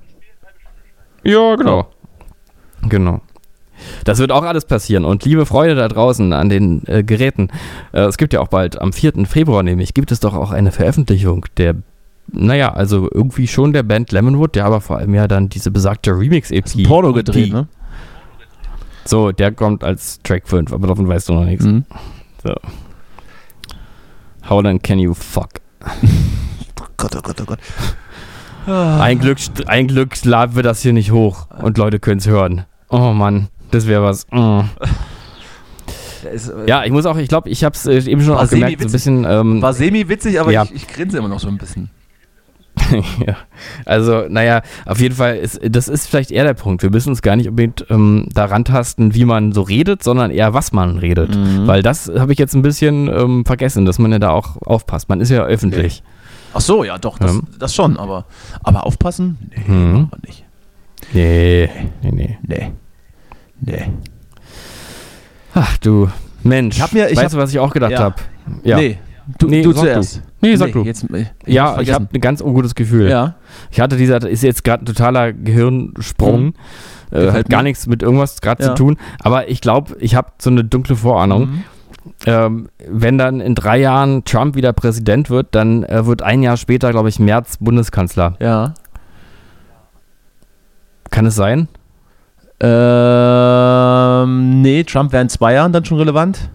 Speaker 2: Ja, genau. Genau. Das wird auch alles passieren. Und liebe Freude da draußen an den äh, Geräten. Äh, es gibt ja auch bald, am 4. Februar nämlich, gibt es doch auch eine Veröffentlichung der, naja, also irgendwie schon der Band Lemonwood, der aber vor allem ja dann diese besagte Remix-EP.
Speaker 3: Porno gedreht, ne?
Speaker 2: So, der kommt als Track 5, aber davon weißt du noch nichts.
Speaker 3: Mhm.
Speaker 2: How then can you fuck?
Speaker 3: Gott, oh Gott, oh Gott. Ah,
Speaker 2: Ein Glück, st- ein Glück laden wir das hier nicht hoch und Leute können es hören. Oh Mann, das wäre was. Mm.
Speaker 3: ja. äh,
Speaker 2: Ja, ich muss auch, ich glaube, ich habe es eben schon
Speaker 3: War
Speaker 2: auch gemerkt, so ein bisschen. Ähm,
Speaker 3: War semi-witzig, aber
Speaker 2: Ja.
Speaker 3: ich, ich grinse immer noch so ein bisschen.
Speaker 2: ja. Also, naja, auf jeden Fall, ist, das ist vielleicht eher der Punkt. Wir müssen uns gar nicht unbedingt ähm, daran tasten, wie man so redet, sondern eher, was man redet.
Speaker 3: Mhm.
Speaker 2: Weil das habe ich jetzt ein bisschen ähm, vergessen, dass man ja da auch aufpasst. Man ist ja öffentlich.
Speaker 3: Ach so, ja, doch, das,
Speaker 2: Ja.
Speaker 3: das schon, aber, aber aufpassen? Nee,
Speaker 2: Mhm.
Speaker 3: aber nicht.
Speaker 2: Nee, nee, nee.
Speaker 3: Nee. Nee.
Speaker 2: Ach du, Mensch.
Speaker 3: Ich hab mir- ich
Speaker 2: weißt
Speaker 3: hab-
Speaker 2: du, was ich auch gedacht
Speaker 3: Ja.
Speaker 2: habe? Ja.
Speaker 3: Nee, du,
Speaker 2: Nee,
Speaker 3: du
Speaker 2: sag du.
Speaker 3: zuerst.
Speaker 2: Nee, sag du.
Speaker 3: Jetzt, ich
Speaker 2: ja,
Speaker 3: hab's
Speaker 2: ich habe
Speaker 3: vergessen.
Speaker 2: ein ganz ungutes Gefühl.
Speaker 3: Ja.
Speaker 2: Ich hatte dieser, ist jetzt gerade ein totaler Gehirnsprung. Äh,
Speaker 3: Mhm. Gefällt
Speaker 2: hat gar
Speaker 3: mir.
Speaker 2: nichts mit irgendwas gerade
Speaker 3: Ja.
Speaker 2: zu tun. Aber ich glaube, ich habe so eine dunkle Vorahnung.
Speaker 3: Mhm.
Speaker 2: Ähm, wenn dann in drei Jahren Trump wieder Präsident wird, dann äh, wird ein Jahr später, glaube ich, März Bundeskanzler.
Speaker 3: Ja.
Speaker 2: Kann es sein?
Speaker 3: Ähm, nee, Trump wäre in zwei Jahren dann schon relevant.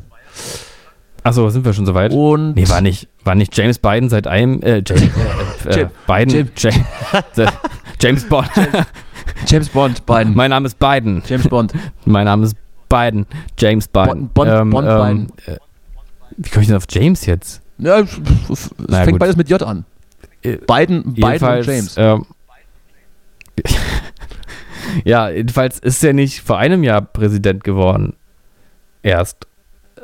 Speaker 2: Achso, sind wir schon soweit?
Speaker 3: Und
Speaker 2: Nee, war nicht, war nicht James Biden seit einem, äh, James, äh, äh,
Speaker 3: Jam-
Speaker 2: Biden, James, James Bond.
Speaker 3: James Bond, Biden.
Speaker 2: mein Name ist Biden.
Speaker 3: James Bond.
Speaker 2: Mein Name ist Biden. James Biden.
Speaker 3: Bond- Bond- Bond Biden.
Speaker 2: äh, wie komme ich denn auf James jetzt?
Speaker 3: Ja, es- es
Speaker 2: Na
Speaker 3: fängt
Speaker 2: gut.
Speaker 3: beides mit J an.
Speaker 2: Äh,
Speaker 3: Biden, Biden und
Speaker 2: jedenfalls,
Speaker 3: James.
Speaker 2: ähm, ja, jedenfalls ist er nicht vor einem Jahr Präsident geworden. Erst.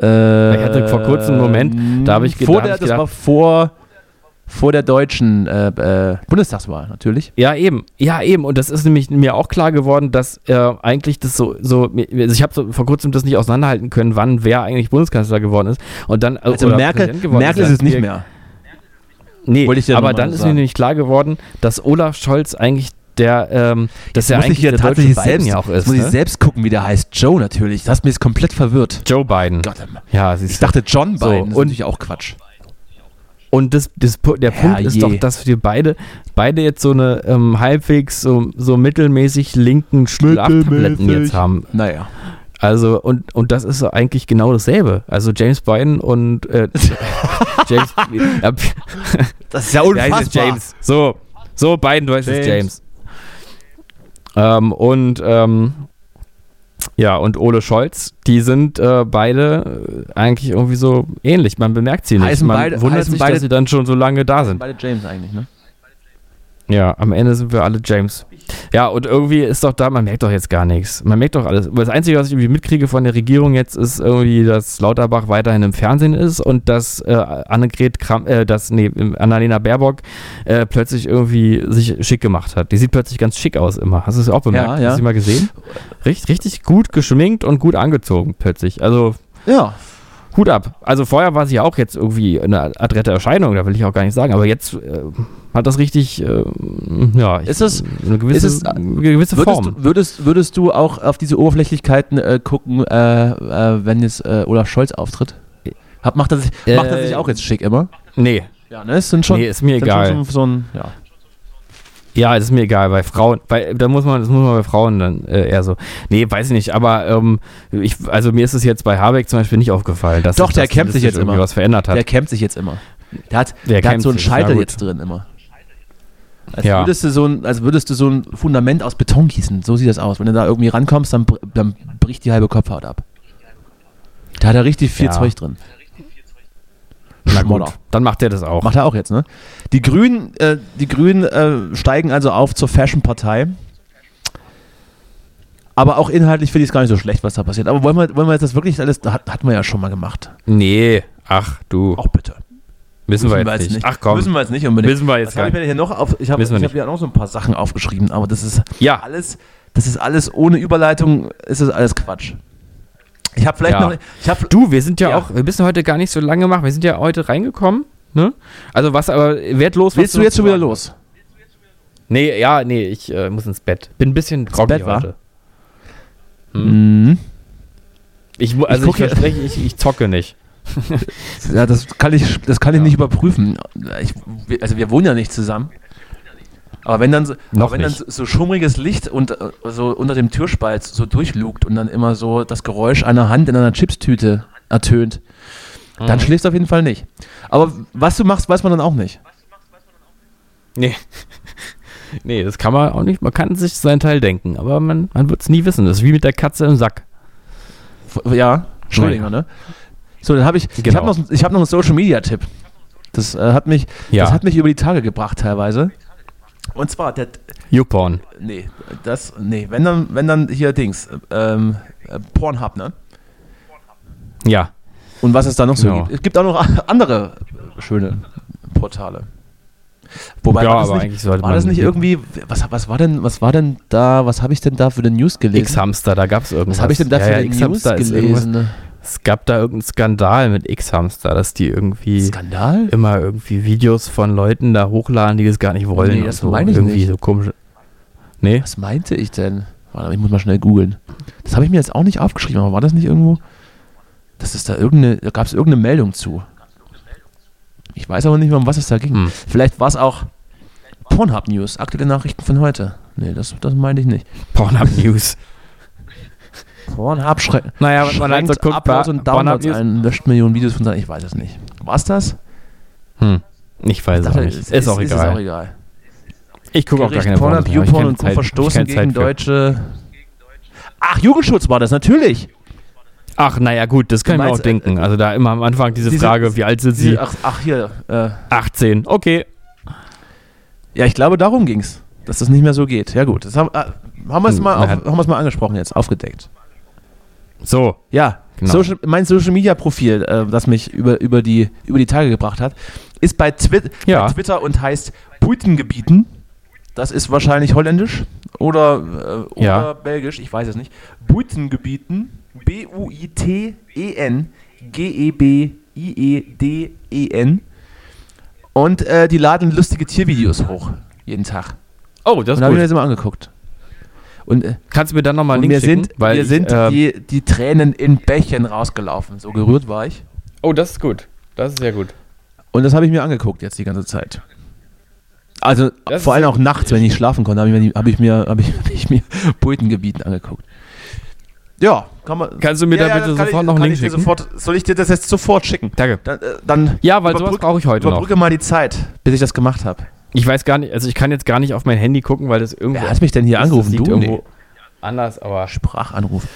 Speaker 3: Äh,
Speaker 2: ich hatte vor kurzem einen Moment, da habe ich ge-
Speaker 3: Ähm, vor
Speaker 2: da
Speaker 3: der,
Speaker 2: habe ich
Speaker 3: das
Speaker 2: gedacht-
Speaker 3: war vor, vor der deutschen äh, äh, Bundestagswahl natürlich.
Speaker 2: Ja, eben. Ja, eben. Und das ist nämlich mir auch klar geworden, dass äh, eigentlich das so, so also ich habe so vor kurzem das nicht auseinanderhalten können, wann wer eigentlich Bundeskanzler geworden ist. Und dann, äh,
Speaker 3: Also
Speaker 2: oder
Speaker 3: Merkel,
Speaker 2: Präsident geworden
Speaker 3: Merkel ist es nicht mehr.
Speaker 2: Nee,
Speaker 3: Wollte ich dir noch
Speaker 2: aber
Speaker 3: mal
Speaker 2: dann ist mir
Speaker 3: sagen.
Speaker 2: nämlich klar geworden, dass Olaf Scholz eigentlich der, ähm, dass er
Speaker 3: muss ich
Speaker 2: eigentlich
Speaker 3: hier
Speaker 2: der deutsche
Speaker 3: tatsächlich
Speaker 2: Biden
Speaker 3: selbst,
Speaker 2: ja auch
Speaker 3: jetzt
Speaker 2: ist.
Speaker 3: muss ich
Speaker 2: Ne?
Speaker 3: selbst gucken, wie der heißt. Joe natürlich. Das hat mich komplett verwirrt.
Speaker 2: Joe Biden.
Speaker 3: Gott, ähm,
Speaker 2: Ja, siehst
Speaker 3: ich
Speaker 2: du.
Speaker 3: dachte John Biden.
Speaker 2: So,
Speaker 3: das ist
Speaker 2: und-
Speaker 3: natürlich auch Quatsch.
Speaker 2: Und das, das, Pu- der Punkt ist
Speaker 3: Herrje.
Speaker 2: doch, dass wir beide, beide jetzt so eine ähm, halbwegs so, so mittelmäßig linken Schlaftabletten
Speaker 3: Mittelmäßig.
Speaker 2: jetzt haben.
Speaker 3: Naja.
Speaker 2: Also, und, und das ist so eigentlich genau dasselbe. Also James Biden und äh, James, äh,
Speaker 3: Das ist ja
Speaker 2: der heißt jetzt James. So, so Biden, du heißt jetzt James.
Speaker 3: James.
Speaker 2: Ähm, und ähm, ja, und Ole Scholz, die sind äh, beide äh, eigentlich irgendwie so ähnlich. Man bemerkt sie nicht.
Speaker 3: Heißen
Speaker 2: Man
Speaker 3: beide-
Speaker 2: wundert
Speaker 3: heißen
Speaker 2: sich,
Speaker 3: beide-
Speaker 2: dass sie dann schon so lange da sind.
Speaker 3: Beide James eigentlich, ne?
Speaker 2: Ja, am Ende sind wir alle James. Ja, und irgendwie ist doch da, man merkt doch jetzt gar nichts. Man merkt doch alles. Das Einzige, was ich irgendwie mitkriege von der Regierung jetzt, ist irgendwie, dass Lauterbach weiterhin im Fernsehen ist und dass äh, Annegret Kram, äh, dass, nee, Annalena Baerbock äh, plötzlich irgendwie sich schick gemacht hat. Die sieht plötzlich ganz schick aus immer. Hast du es auch bemerkt?
Speaker 3: Ja, ja.
Speaker 2: Hast du sie mal gesehen? Richtig, richtig gut geschminkt und gut angezogen plötzlich. Also
Speaker 3: Ja.
Speaker 2: Hut ab. Also vorher war sie ja auch jetzt irgendwie eine adrette Erscheinung, da will ich auch gar nicht sagen, aber jetzt äh, hat das richtig, äh, ja, ich-
Speaker 3: Ist es-
Speaker 2: eine gewisse,
Speaker 3: ist es-
Speaker 2: eine gewisse
Speaker 3: Würdest
Speaker 2: Form.
Speaker 3: du, würdest, würdest du auch auf diese Oberflächlichkeiten äh, gucken, äh, äh, wenn jetzt äh, Olaf Scholz auftritt? Hab, macht, er sich, macht er
Speaker 2: Äh,
Speaker 3: sich auch jetzt schick immer?
Speaker 2: Nee,
Speaker 3: Ja, ne? Es sind schon,
Speaker 2: nee, ist mir
Speaker 3: sind
Speaker 2: egal.
Speaker 3: schon so, so ein, ja.
Speaker 2: Ja, das ist mir egal, bei Frauen, bei, da muss man, das muss man bei Frauen dann äh, eher so. Nee, weiß ich nicht, aber ähm, ich, also mir ist es jetzt bei Habeck zum Beispiel nicht aufgefallen, dass
Speaker 3: Doch,
Speaker 2: sich
Speaker 3: der
Speaker 2: das
Speaker 3: kämpft sich jetzt
Speaker 2: stilistisch irgendwie
Speaker 3: immer.
Speaker 2: was verändert hat.
Speaker 3: Der kämmt sich jetzt immer. Der hat,
Speaker 2: Der
Speaker 3: der
Speaker 2: kämmt
Speaker 3: hat so einen
Speaker 2: sich, na
Speaker 3: Scheitel
Speaker 2: gut.
Speaker 3: jetzt drin immer. Als,
Speaker 2: Ja.
Speaker 3: würdest du so ein, als würdest du so ein Fundament aus Beton gießen. So sieht das aus. Wenn du da irgendwie rankommst, dann, br- dann bricht die halbe Kopfhaut ab. Da hat er richtig viel
Speaker 2: Ja.
Speaker 3: Zeug drin.
Speaker 2: Na
Speaker 3: Schmodder.
Speaker 2: gut, dann macht der das auch.
Speaker 3: Macht er auch jetzt, ne? Die Grünen, äh, die Grünen äh, steigen also auf zur Fashion-Partei. Aber auch inhaltlich finde ich es gar nicht so schlecht, was da passiert. Aber wollen wir, wollen wir jetzt das wirklich alles, hat, hatten wir ja schon mal gemacht.
Speaker 2: nee, ach du,
Speaker 3: Auch bitte.
Speaker 2: müssen wir jetzt nicht. Ach komm,
Speaker 3: Müssen wir jetzt nicht unbedingt.
Speaker 2: Wissen wir jetzt
Speaker 3: Was hab
Speaker 2: gar
Speaker 3: ich mir denn hier noch auf, ich habe
Speaker 2: Wissen wir
Speaker 3: hab
Speaker 2: nicht. Ah.
Speaker 3: ja noch so ein paar Sachen aufgeschrieben, aber das ist
Speaker 2: ja,
Speaker 3: alles, das ist alles ohne Überleitung, ist das alles Quatsch. Ich habe vielleicht
Speaker 2: Ja.
Speaker 3: noch. Ich hab,
Speaker 2: Du, wir sind ja,
Speaker 3: Ja.
Speaker 2: auch, wir müssen heute gar nicht so lange machen. Wir sind ja heute reingekommen. Ne? Also was aber wertlos. was
Speaker 3: willst du
Speaker 2: noch
Speaker 3: jetzt
Speaker 2: zu
Speaker 3: schon wieder
Speaker 2: sagen
Speaker 3: los?
Speaker 2: hast. Nee, ja, nee, ich äh, muss ins Bett. Bin ein bisschen groggy
Speaker 3: Bett, wa?
Speaker 2: heute. Hm?
Speaker 3: Mhm.
Speaker 2: Ich, mu- also ich,
Speaker 3: gucke-
Speaker 2: verspreche, ich, ich zocke nicht.
Speaker 3: Ja, das kann ich, das kann ich nicht überprüfen. Ich, wir- also wir wohnen ja nicht zusammen. Aber wenn dann, so-
Speaker 2: Noch
Speaker 3: aber wenn dann
Speaker 2: nicht.
Speaker 3: so- so schummriges Licht und äh, so unter dem Türspalt so durchlugt und dann immer so das Geräusch einer Hand in einer Chipstüte ertönt,
Speaker 2: Mhm.
Speaker 3: dann schläfst du auf jeden Fall nicht. Aber was du machst, weiß man dann auch nicht.
Speaker 2: Nee. nee, das kann man auch nicht. Man kann sich seinen Teil denken, aber man, man wird es nie wissen. Das ist wie mit der Katze im Sack.
Speaker 3: F- Ja, Schrödinger, ne? So, dann habe ich, ich
Speaker 2: Genau.
Speaker 3: habe noch, ich hab noch einen Social Media Tipp. Das äh, hat mich,
Speaker 2: Ja.
Speaker 3: das hat mich über die Tage gebracht teilweise. Und zwar der,
Speaker 2: YouPorn.
Speaker 3: Nee, das, nee, wenn dann, wenn dann hier Dings, ähm, äh, Pornhub, ne?
Speaker 2: Ja.
Speaker 3: Und was es da noch so
Speaker 2: Genau.
Speaker 3: gibt. Es gibt auch noch a- andere schöne Portale. Wobei
Speaker 2: Ja,
Speaker 3: war das
Speaker 2: aber
Speaker 3: nicht,
Speaker 2: eigentlich sollte
Speaker 3: war das
Speaker 2: man-
Speaker 3: nicht irgendwie, was, was war denn, was war denn da, was habe ich denn da für eine News gelesen?
Speaker 2: X-Hamster, da gab es irgendwas.
Speaker 3: was habe ich denn da
Speaker 2: Ja,
Speaker 3: für
Speaker 2: ja,
Speaker 3: eine News
Speaker 2: X-Hamster ist irgendwas.
Speaker 3: gelesen? ne?
Speaker 2: Es gab da irgendeinen Skandal mit X-Hamster, dass die irgendwie
Speaker 3: Skandal?
Speaker 2: immer irgendwie Videos von Leuten da hochladen, die das gar nicht wollen.
Speaker 3: Nee,
Speaker 2: und
Speaker 3: das
Speaker 2: so.
Speaker 3: meine ich
Speaker 2: irgendwie
Speaker 3: nicht.
Speaker 2: so komisch. Nee?
Speaker 3: Was meinte ich denn? Warte, ich muss mal schnell googeln. Das habe ich mir jetzt auch nicht aufgeschrieben, aber war das nicht irgendwo? Das ist da irgendeine, da gab es irgendeine Meldung zu. Ich weiß aber nicht mehr, um was es da ging.
Speaker 2: Hm.
Speaker 3: Vielleicht war es auch Pornhub News, aktuelle Nachrichten von heute. Nee, das, das meinte ich nicht.
Speaker 2: Pornhub News.
Speaker 3: Pornhub schrei-
Speaker 2: Naja, wenn man halt
Speaker 3: schränkt
Speaker 2: so guckt,
Speaker 3: Uploads
Speaker 2: war-
Speaker 3: und Downloads
Speaker 2: Pornhub
Speaker 3: ein, löscht Millionen Videos von seinen, ich weiß es nicht. War es das?
Speaker 2: Hm. Ich weiß es auch
Speaker 3: Dachte,
Speaker 2: nicht. Ist, auch
Speaker 3: ist,
Speaker 2: egal.
Speaker 3: auch egal.
Speaker 2: Ich gucke auch gar
Speaker 3: Gericht
Speaker 2: keine
Speaker 3: Pornhub,
Speaker 2: Pornos mehr. Hab ich
Speaker 3: YouPorn
Speaker 2: keine
Speaker 3: und Co.
Speaker 2: Zeit- hab ich
Speaker 3: verstoßen
Speaker 2: keine Zeit
Speaker 3: gegen
Speaker 2: für.
Speaker 3: deutsche... Ach, Jugendschutz war das, natürlich.
Speaker 2: Ach, naja, gut, das können wir
Speaker 3: meinst, äh,
Speaker 2: auch denken. Also da immer am Anfang diese,
Speaker 3: diese-
Speaker 2: Frage, wie alt sind
Speaker 3: Sie,
Speaker 2: sie? Oh,
Speaker 3: ach, ach hier. Äh,
Speaker 2: 18. Okay.
Speaker 3: ja, ich glaube, darum ging es, dass das nicht mehr so geht. Ja gut, das haben, äh, haben wir es
Speaker 2: Hm,
Speaker 3: mal, auf,
Speaker 2: na ja.
Speaker 3: haben wir es mal angesprochen jetzt, aufgedeckt.
Speaker 2: So.
Speaker 3: Ja,
Speaker 2: Genau.
Speaker 3: Social, mein Social-Media-Profil, äh, das mich über, über, die, über die Tage gebracht hat, ist bei, Twi
Speaker 2: Ja.
Speaker 3: bei Twitter und heißt Buitengebieten. Das ist wahrscheinlich holländisch oder, äh,
Speaker 2: Ja.
Speaker 3: oder belgisch, ich weiß es nicht. Buitengebieten, B-U-I-T-E-N, E G-E-B-I-E-D-E-N. E Und äh, die laden lustige Tiervideos hoch, jeden Tag.
Speaker 2: Oh, das ist
Speaker 3: Und habe ich mir
Speaker 2: gut.
Speaker 3: das immer angeguckt. Und, äh,
Speaker 2: Kannst du mir dann nochmal einen
Speaker 3: und
Speaker 2: Link
Speaker 3: mir
Speaker 2: schicken?
Speaker 3: sind, mir
Speaker 2: ich,
Speaker 3: sind
Speaker 2: ähm,
Speaker 3: die, die Tränen in Bächen rausgelaufen. So gerührt war ich.
Speaker 2: oh, das ist gut. Das ist sehr gut.
Speaker 3: Und das habe ich mir angeguckt jetzt die ganze Zeit. Also
Speaker 2: Das
Speaker 3: vor
Speaker 2: ist
Speaker 3: allem
Speaker 2: sehr
Speaker 3: auch nachts, wenn ich schlafen konnte, habe ich mir, die- habe ich mir, habe ich, habe ich mir Poetengebieten angeguckt. Ja, kann man.
Speaker 2: Kannst du mir da bitte
Speaker 3: das kann
Speaker 2: sofort noch einen
Speaker 3: kann
Speaker 2: Link
Speaker 3: ich dir
Speaker 2: schicken?
Speaker 3: Sofort, soll ich dir das jetzt sofort schicken?
Speaker 2: Danke.
Speaker 3: Dann, äh, dann
Speaker 2: Ja, weil sowas
Speaker 3: überbrück-
Speaker 2: brauche ich heute noch.
Speaker 3: überbrücke mal die Zeit, bis ich das gemacht habe.
Speaker 2: Ich weiß gar nicht, also ich kann jetzt gar nicht auf mein Handy gucken, weil das irgendwo.
Speaker 3: Wer hat mich denn hier
Speaker 2: das
Speaker 3: angerufen?
Speaker 2: liegt
Speaker 3: Du?
Speaker 2: irgendwo
Speaker 3: Nee.
Speaker 2: anders, aber.
Speaker 3: Sprachanruf.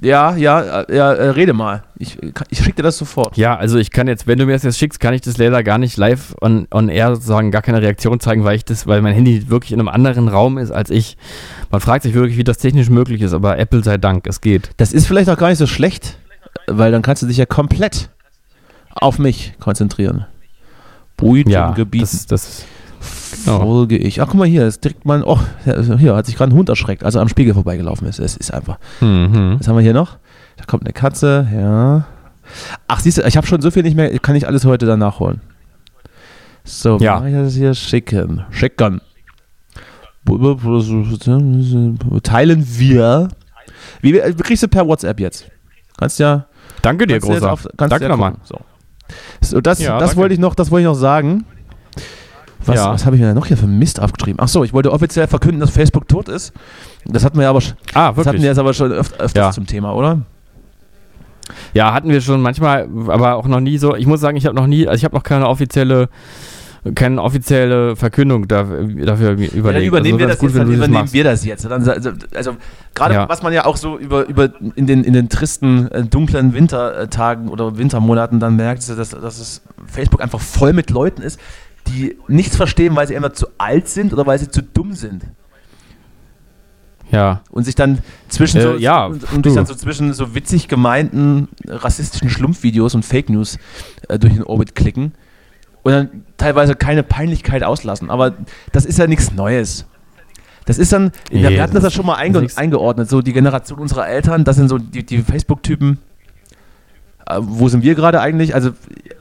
Speaker 3: Ja, ja, äh, ja, äh, rede mal. Ich, äh, kann- ich schicke dir das sofort.
Speaker 2: Ja, also ich kann jetzt, wenn du mir das jetzt schickst, kann ich das leider gar nicht live on, on air sozusagen gar keine Reaktion zeigen, weil ich das, weil mein Handy wirklich in einem anderen Raum ist als ich. Man fragt sich wirklich, wie das technisch möglich ist, aber Apple sei Dank, es geht.
Speaker 3: Das ist vielleicht auch gar nicht so schlecht, weil dann kannst du dich ja komplett auf mich konzentrieren.
Speaker 2: Ja,
Speaker 3: Brütengebiet
Speaker 2: das, genau. das
Speaker 3: folge ich. Ach, guck mal hier, ist direkt mal. ein- Oh, hier hat sich gerade ein Hund erschreckt, also am Spiegel vorbeigelaufen ist. Es ist einfach.
Speaker 2: mhm.
Speaker 3: Was haben wir hier noch? Da kommt eine Katze, ja. Ach, siehst du, ich habe schon so viel nicht mehr, kann ich alles heute dann nachholen. So,
Speaker 2: Ja.
Speaker 3: mach ich das hier schicken. Schicken. Teilen wir. Wie, wie kriegst du per WhatsApp jetzt? Kannst ja.
Speaker 2: Danke dir,
Speaker 3: kannst du jetzt
Speaker 2: großer.
Speaker 3: auf- kannst
Speaker 2: Danke
Speaker 3: du ja
Speaker 2: nochmal. Ah,
Speaker 3: gucken. So. So, das,
Speaker 2: Ja,
Speaker 3: das
Speaker 2: danke.
Speaker 3: wollte ich noch, das wollte ich noch sagen. Was,
Speaker 2: Ja.
Speaker 3: was habe ich mir denn noch hier für Mist aufgeschrieben? Ach so, ich wollte offiziell verkünden, dass Facebook tot ist. Das hatten wir ja aber, sch-
Speaker 2: Ah,
Speaker 3: das hatten
Speaker 2: wirklich.
Speaker 3: wir jetzt aber schon öf öfters
Speaker 2: Ja.
Speaker 3: zum Thema, oder?
Speaker 2: ja, hatten wir schon manchmal, aber auch noch nie so. Ich muss sagen, ich habe noch nie, also ich habe noch keine offizielle, keine offizielle Verkündung da, dafür mir
Speaker 3: Ja, dann
Speaker 2: überlegt.
Speaker 3: übernehmen wir
Speaker 2: Also
Speaker 3: das
Speaker 2: ganz
Speaker 3: jetzt, dann
Speaker 2: gut, wenn du das
Speaker 3: übernehmen
Speaker 2: machst.
Speaker 3: wir das jetzt. Dann, sa- also, also gerade
Speaker 2: Ja.
Speaker 3: was man ja auch so über, über in, den, in den tristen, äh, dunklen Wintertagen oder Wintermonaten dann merkt, ist ja, dass, dass es Facebook einfach voll mit Leuten ist, die nichts verstehen, weil sie entweder zu alt sind oder weil sie zu dumm sind.
Speaker 2: Ja.
Speaker 3: Und sich dann zwischen
Speaker 2: Äh,
Speaker 3: so,
Speaker 2: ja,
Speaker 3: und, und sich dann
Speaker 2: du.
Speaker 3: so zwischen so witzig gemeinten äh, rassistischen Schlumpfvideos und Fake News äh, durch den Orbit klicken und dann teilweise keine Peinlichkeit auslassen. Aber das ist ja nichts Neues. Das ist dann, wir,
Speaker 2: Nee,
Speaker 3: wir hatten das ja schon mal einge
Speaker 2: nix.
Speaker 3: eingeordnet, so die Generation unserer Eltern, das sind so die, die Facebook-Typen. Äh, wo sind wir gerade eigentlich? Also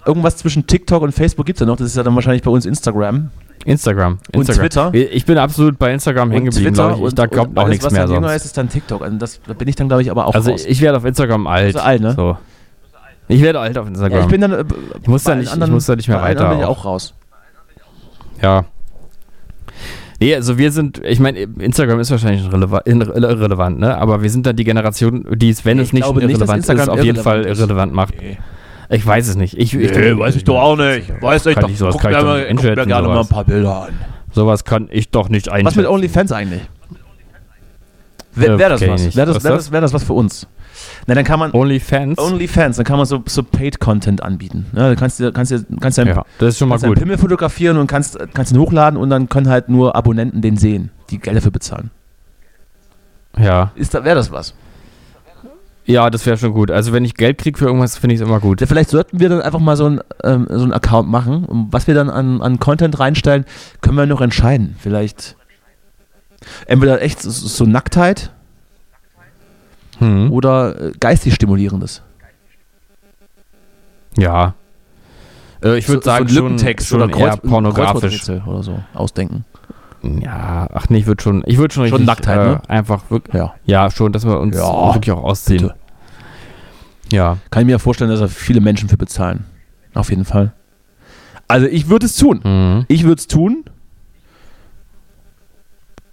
Speaker 3: irgendwas zwischen TikTok und Facebook gibt es ja noch, das ist ja dann wahrscheinlich bei uns Instagram.
Speaker 2: Instagram. Instagram.
Speaker 3: Twitter.
Speaker 2: Ich bin absolut bei Instagram hängen
Speaker 3: Und
Speaker 2: geblieben,
Speaker 3: Twitter
Speaker 2: glaub ich. ich. Da kommt auch
Speaker 3: alles,
Speaker 2: nichts
Speaker 3: was
Speaker 2: mehr
Speaker 3: dann jünger
Speaker 2: sonst.
Speaker 3: ist, ist dann TikTok. Also das, da bin ich dann, glaube ich, aber auch
Speaker 2: Also
Speaker 3: raus.
Speaker 2: ich werde auf Instagram alt.
Speaker 3: Bist du alt, ne?
Speaker 2: So. Ich werde alt auf Instagram.
Speaker 3: ja,
Speaker 2: Ja,
Speaker 3: ich bin dann, äh,
Speaker 2: Ich muss
Speaker 3: bei
Speaker 2: da
Speaker 3: allen
Speaker 2: nicht- ich muss da nicht mehr
Speaker 3: bei allen
Speaker 2: weiter
Speaker 3: anderen bin ich
Speaker 2: auch.
Speaker 3: auch raus.
Speaker 2: Nee, also wir sind, ich meine, Instagram ist wahrscheinlich releva- in- irrelevant, ne? Aber wir sind dann die Generation, die es, wenn
Speaker 3: Ich
Speaker 2: es nicht
Speaker 3: glaube nicht, dass
Speaker 2: irrelevant ist,
Speaker 3: Instagram
Speaker 2: auf jeden Fall
Speaker 3: irrelevant ist.
Speaker 2: irrelevant macht. Ich weiß es nicht. Ich, ich,
Speaker 4: Nee, weiß ich doch auch nicht. Weiß ich
Speaker 2: Kann
Speaker 4: doch.
Speaker 2: ich sowas,
Speaker 4: guck
Speaker 2: kann
Speaker 4: mir,
Speaker 2: ich doch
Speaker 4: mal-
Speaker 2: nicht
Speaker 4: guck mir
Speaker 2: einschätzen,
Speaker 4: gerne mal
Speaker 2: sowas.
Speaker 4: ein paar Bilder an.
Speaker 2: sowas kann ich doch nicht einschätzen.
Speaker 3: Was mit OnlyFans eigentlich? Wäre
Speaker 2: Äh,
Speaker 3: wär das
Speaker 2: kenn ich
Speaker 3: was?
Speaker 2: nicht.
Speaker 3: Wäre das,
Speaker 2: Was
Speaker 3: wär
Speaker 2: ist das?
Speaker 3: das, wär das was für uns? Na, dann kann man
Speaker 2: OnlyFans?
Speaker 3: OnlyFans, dann kann man so, so Paid-Content anbieten. Ja, dann kannst du kannst, dir- kannst deinen,
Speaker 2: ja, das ist schon mal
Speaker 3: kannst deinen
Speaker 2: gut.
Speaker 3: Pimmel fotografieren und kannst, kannst ihn hochladen und dann können halt nur Abonnenten den sehen, die Geld dafür bezahlen.
Speaker 2: Ja.
Speaker 3: Ist da, Wäre das was?
Speaker 2: ja, das wäre schon gut. Also wenn ich Geld kriege für irgendwas, finde ich es immer gut.
Speaker 3: Ja, Vielleicht sollten wir dann einfach mal so einen ähm, so einen Account machen. Und was wir dann an, an Content reinstellen, können wir noch entscheiden. Vielleicht entweder echt so, so Nacktheit
Speaker 2: Hm.
Speaker 3: oder äh, geistig stimulierendes.
Speaker 2: Ja. Äh, ich würde sagen,
Speaker 3: so ein
Speaker 2: schon,
Speaker 3: Lückentext
Speaker 2: schon
Speaker 3: oder Kreuz,
Speaker 2: eher pornografisch.
Speaker 3: Kreuzworträtsel oder so ausdenken.
Speaker 2: Ja, ach nee, ich würde schon, ich würde schon, äh,
Speaker 3: Schon Nacktheit, ne?
Speaker 2: einfach wirklich,
Speaker 3: Ja.
Speaker 2: ja, schon, dass wir uns
Speaker 3: Ja,
Speaker 2: wirklich auch ausziehen.
Speaker 3: bitte.
Speaker 2: Ja,
Speaker 3: Kann ich mir ja vorstellen, dass da viele Menschen für bezahlen. Auf jeden Fall. Also ich würde es tun.
Speaker 2: mhm.
Speaker 3: Ich würde es tun.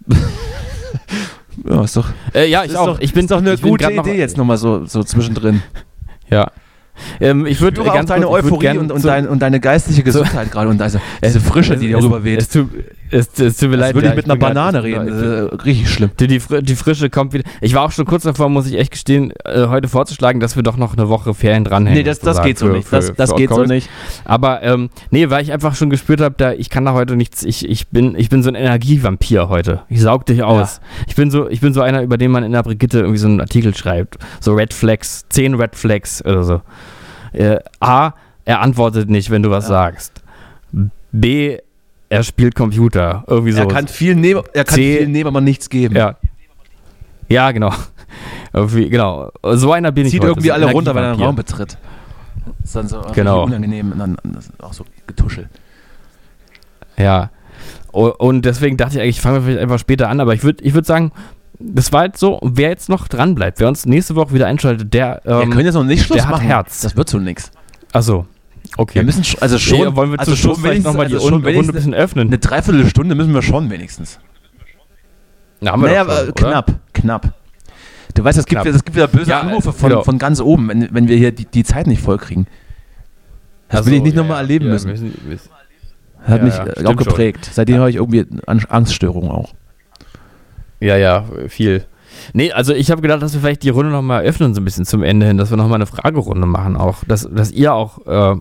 Speaker 3: ja, ist doch,
Speaker 2: äh, ja, ich
Speaker 3: ist
Speaker 2: auch.
Speaker 3: doch,
Speaker 2: ich bin
Speaker 3: ist doch eine
Speaker 2: ich bin
Speaker 3: gute
Speaker 2: grad
Speaker 3: Idee
Speaker 2: noch-
Speaker 3: jetzt nochmal so, so zwischendrin.
Speaker 2: Ja, ähm, ich würde
Speaker 3: spüre auch
Speaker 2: ganz
Speaker 3: deine
Speaker 2: kurz, ich würd
Speaker 3: Euphorie
Speaker 2: gern
Speaker 3: und, und,
Speaker 2: zu-
Speaker 3: dein, und deine geistige Gesundheit gerade und also diese Frische, die
Speaker 2: es-
Speaker 3: darüber weht.
Speaker 2: Es tut, es, es tut mir
Speaker 3: Als
Speaker 2: leid.
Speaker 3: würde
Speaker 2: ja,
Speaker 3: ich mit
Speaker 2: bin
Speaker 3: einer
Speaker 2: grad-
Speaker 3: Banane
Speaker 2: ich bin-
Speaker 3: reden.
Speaker 2: ich bin-
Speaker 3: Das ist äh, richtig schlimm.
Speaker 2: Die, die, Fri- die Frische kommt wieder. Ich war auch schon kurz davor, muss ich echt gestehen, äh, heute vorzuschlagen, dass wir doch noch eine Woche Ferien dranhängen.
Speaker 3: Nee, das, das
Speaker 2: sozusagen
Speaker 3: geht so
Speaker 2: für-
Speaker 3: nicht.
Speaker 2: für-
Speaker 3: Das, das um
Speaker 2: für
Speaker 3: geht so
Speaker 2: Outcalls.
Speaker 3: nicht.
Speaker 2: Aber ähm, nee, weil ich einfach schon gespürt habe, da ich kann da heute nichts. Ich, ich bin ich bin so ein Energievampir heute. Ich saug dich aus. Ich bin so ich bin so einer, über den man in der Brigitte irgendwie so einen Artikel schreibt. So Red Flags, 10 Red Flags oder so. Äh, A, er antwortet nicht, wenn du was
Speaker 3: Ja.
Speaker 2: sagst. B, er spielt Computer. Irgendwie so.
Speaker 3: Er kann viel nehmen, er kann
Speaker 2: C-
Speaker 3: viel nehmen, aber nichts geben.
Speaker 2: ja. Ja, genau. Irgendwie, genau. So einer bin ich
Speaker 3: Zieht
Speaker 2: heute.
Speaker 3: irgendwie
Speaker 2: so ein
Speaker 3: alle runter, wenn er einen
Speaker 2: Energievampir.
Speaker 3: Raum betritt. Das ist dann so richtig
Speaker 2: Genau.
Speaker 3: unangenehm und dann das ist auch so getuschelt.
Speaker 2: Ja. O- Und deswegen dachte ich eigentlich, fangen wir vielleicht einfach später an, aber ich würde ich würd sagen, das war jetzt so, wer jetzt noch dran bleibt, wer uns nächste Woche wieder einschaltet, der.
Speaker 3: Wir können
Speaker 2: Ähm,
Speaker 3: jetzt noch nicht Schluss
Speaker 2: der hat
Speaker 3: machen.
Speaker 2: Herz.
Speaker 3: Das wird so nix.
Speaker 2: achso, okay.
Speaker 3: Wir müssen sch- also schon,
Speaker 2: Nee, wollen wir
Speaker 3: also
Speaker 2: zu Schluss
Speaker 3: schon
Speaker 2: vielleicht
Speaker 3: wenigstens-
Speaker 2: nochmal die
Speaker 3: also schon
Speaker 2: Runde, Runde ein
Speaker 3: wenigstens
Speaker 2: bisschen öffnen?
Speaker 3: eine Dreiviertelstunde müssen wir schon wenigstens.
Speaker 2: Na, haben doch
Speaker 3: Naja,
Speaker 2: schon,
Speaker 3: aber äh,
Speaker 2: oder?
Speaker 3: knapp, knapp. Du weißt, es gibt,
Speaker 2: Knapp.
Speaker 3: wieder- es gibt wieder böse
Speaker 2: Ja,
Speaker 3: Anrufe von,
Speaker 2: genau.
Speaker 3: von ganz oben, wenn, wenn wir hier die, die Zeit nicht vollkriegen. Das will
Speaker 2: Ach
Speaker 3: ich nicht
Speaker 2: so,
Speaker 3: nochmal
Speaker 2: Also, ja,
Speaker 3: erleben
Speaker 2: ja,
Speaker 3: müssen.
Speaker 2: müssen- müssen-
Speaker 3: Das hat
Speaker 2: ja,
Speaker 3: mich
Speaker 2: ja,
Speaker 3: äh,
Speaker 2: stimmt
Speaker 3: auch geprägt. Seitdem habe ich irgendwie An- Angststörungen auch.
Speaker 2: Ja, ja, viel. Nee, also ich habe gedacht, dass wir vielleicht die Runde nochmal öffnen, so ein bisschen zum Ende hin, dass wir nochmal eine Fragerunde machen auch, dass, dass ihr auch äh,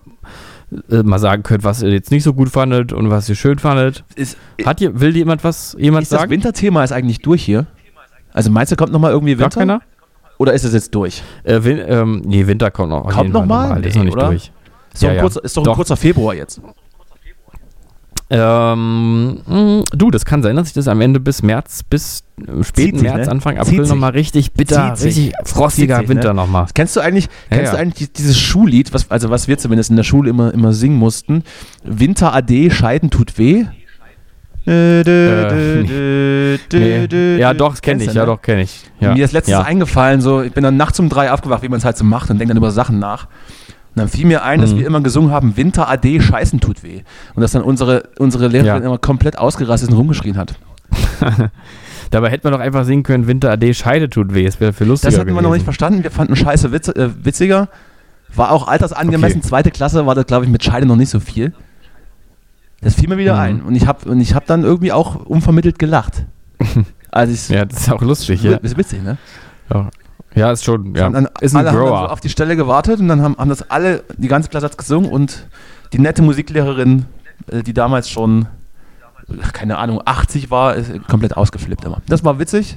Speaker 2: äh, mal sagen könnt, was ihr jetzt nicht so gut fandet und was ihr schön fandet.
Speaker 3: Ist, äh,
Speaker 2: Hat ihr, will jemand was, jemand
Speaker 3: ist das
Speaker 2: sagen?
Speaker 3: Winterthema ist eigentlich durch hier? Also meinst du, kommt nochmal irgendwie
Speaker 2: Gar
Speaker 3: Winter?
Speaker 2: keiner?
Speaker 3: Oder ist es jetzt durch?
Speaker 2: Äh, Win ähm, nee, Winter kommt noch. auf
Speaker 3: Kommt
Speaker 2: jeden
Speaker 3: noch
Speaker 2: Fall
Speaker 3: mal?
Speaker 2: Der ist
Speaker 3: Nee,
Speaker 2: noch nicht
Speaker 3: oder?
Speaker 2: durch.
Speaker 3: Ist doch,
Speaker 2: Ja,
Speaker 3: ein,
Speaker 2: ja.
Speaker 3: kurzer, ist doch,
Speaker 2: Doch.
Speaker 3: ein kurzer Februar jetzt.
Speaker 2: Ähm, mh, du, das kann sein, dass sich das am Ende bis März, bis äh, späten
Speaker 3: sich,
Speaker 2: März,
Speaker 3: ne?
Speaker 2: Anfang
Speaker 3: Zieht
Speaker 2: April
Speaker 3: sich.
Speaker 2: nochmal richtig bitter,
Speaker 3: Zieht sich.
Speaker 2: richtig frostiger
Speaker 3: Zieht sich, ne?
Speaker 2: Winter nochmal.
Speaker 3: Kennst du eigentlich,
Speaker 2: Ja,
Speaker 3: kennst
Speaker 2: ja.
Speaker 3: du eigentlich die- dieses Schullied, was, also was wir zumindest in der Schule immer, immer singen mussten? Winter AD, Scheiden tut weh?
Speaker 2: Äh, Nee. Ja, doch, kenne
Speaker 3: Kennst
Speaker 2: ich,
Speaker 3: du,
Speaker 2: ja,
Speaker 3: ne?
Speaker 2: doch, kenne ich. Ja.
Speaker 3: Mir ist letztens
Speaker 2: ja.
Speaker 3: eingefallen, so, ich bin dann nachts um drei aufgewacht, wie man es halt so macht und denkt dann über Sachen nach. Und dann fiel mir ein,
Speaker 2: Mhm.
Speaker 3: dass wir immer gesungen haben, Winter AD, Scheißen tut weh. Und dass dann unsere, unsere Lehrerin
Speaker 2: Ja.
Speaker 3: immer komplett ausgerastet und rumgeschrien hat.
Speaker 2: Dabei hätten wir doch einfach singen können, Winter AD Scheide tut weh, es wäre viel lustiger
Speaker 3: Das hatten wir noch nicht
Speaker 2: gewesen.
Speaker 3: verstanden, wir fanden Scheiße witz, äh, witziger. War auch altersangemessen,
Speaker 2: Okay.
Speaker 3: zweite Klasse war das, glaube ich, mit Scheide noch nicht so viel. Das fiel mir wieder
Speaker 2: Mhm.
Speaker 3: ein und ich habe hab dann irgendwie auch unvermittelt gelacht. Also ich,
Speaker 2: Ja, das ist auch lustig, ja.
Speaker 3: ist witzig, ne?
Speaker 2: Ja, ist schon, ja.
Speaker 3: Und dann
Speaker 2: Ist ein
Speaker 3: alle haben dann so
Speaker 2: Grower.
Speaker 3: auf die Stelle gewartet und dann haben, haben das alle, die ganze Klasse hat gesungen und die nette Musiklehrerin, äh, die damals schon, ach, keine Ahnung, 80 war, ist komplett ausgeflippt immer. Das war witzig.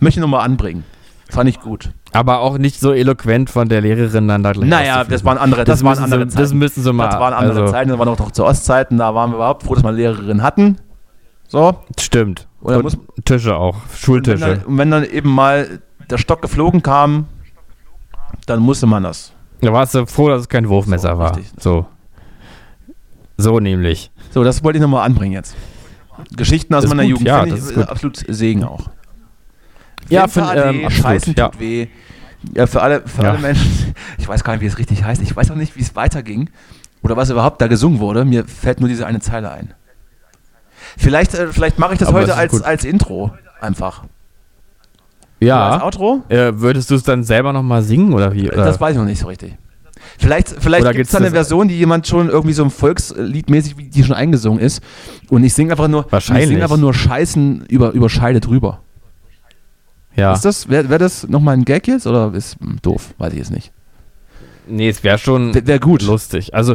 Speaker 3: Möchte ich nochmal anbringen. Fand ich gut.
Speaker 2: Aber auch nicht so eloquent von der Lehrerin dann da gleich
Speaker 3: Naja,
Speaker 2: auszuführen.
Speaker 3: das waren andere, das, waren
Speaker 2: müssen
Speaker 3: andere
Speaker 2: sie, Das müssen sie mal.
Speaker 3: Das waren andere
Speaker 2: also,
Speaker 3: Zeiten, das waren auch noch zu Ostzeiten, da waren wir überhaupt froh, dass wir eine Lehrerin hatten. So,
Speaker 2: Stimmt.
Speaker 3: Oder muss,
Speaker 2: und Tische auch,
Speaker 3: wenn dann,
Speaker 2: Schultische.
Speaker 3: und wenn dann eben mal der Stock geflogen kam, dann musste man das.
Speaker 2: Da warst du froh, dass es kein Wurfmesser
Speaker 3: So,
Speaker 2: war.
Speaker 3: richtig.
Speaker 2: So. So nämlich.
Speaker 3: So, das wollte ich nochmal anbringen jetzt. Geschichten aus
Speaker 2: Ist
Speaker 3: meiner
Speaker 2: gut,
Speaker 3: Jugend.
Speaker 2: ja,
Speaker 3: finde
Speaker 2: das ist
Speaker 3: äh,
Speaker 2: gut.
Speaker 3: absolut Segen auch.
Speaker 2: Ja, find,
Speaker 3: Wimper
Speaker 2: ähm,
Speaker 3: AD,
Speaker 2: absolut,
Speaker 3: Scheißen
Speaker 2: ja.
Speaker 3: tut weh. Ja, für alle, für
Speaker 2: Ja.
Speaker 3: alle Menschen, ich weiß gar nicht, wie es richtig heißt. Ich weiß auch nicht, wie es weiterging oder was überhaupt da gesungen wurde. Mir fällt nur diese eine Zeile ein. Vielleicht, äh, vielleicht mache ich das
Speaker 2: Aber
Speaker 3: heute
Speaker 2: das ist
Speaker 3: als,
Speaker 2: gut.
Speaker 3: als Intro einfach. Oder Als
Speaker 2: Ja.
Speaker 3: Outro?
Speaker 2: Äh, würdest du es dann selber nochmal singen oder wie? Oder?
Speaker 3: Das weiß ich noch nicht so richtig. Vielleicht, vielleicht
Speaker 2: Oder
Speaker 3: gibt es
Speaker 2: gibt's
Speaker 3: da eine
Speaker 2: das-
Speaker 3: Version, die jemand schon irgendwie so ein Volksliedmäßig, wie die schon eingesungen ist. Und ich singe einfach nur, ich
Speaker 2: Wahrscheinlich.
Speaker 3: singe einfach nur Scheißen über, über Scheide drüber.
Speaker 2: ja.
Speaker 3: Ist das, wäre wär das nochmal ein Gag jetzt oder ist hm, doof? Weiß ich jetzt nicht.
Speaker 2: Nee, es wäre schon
Speaker 3: Wäre wär gut.
Speaker 2: lustig. Also,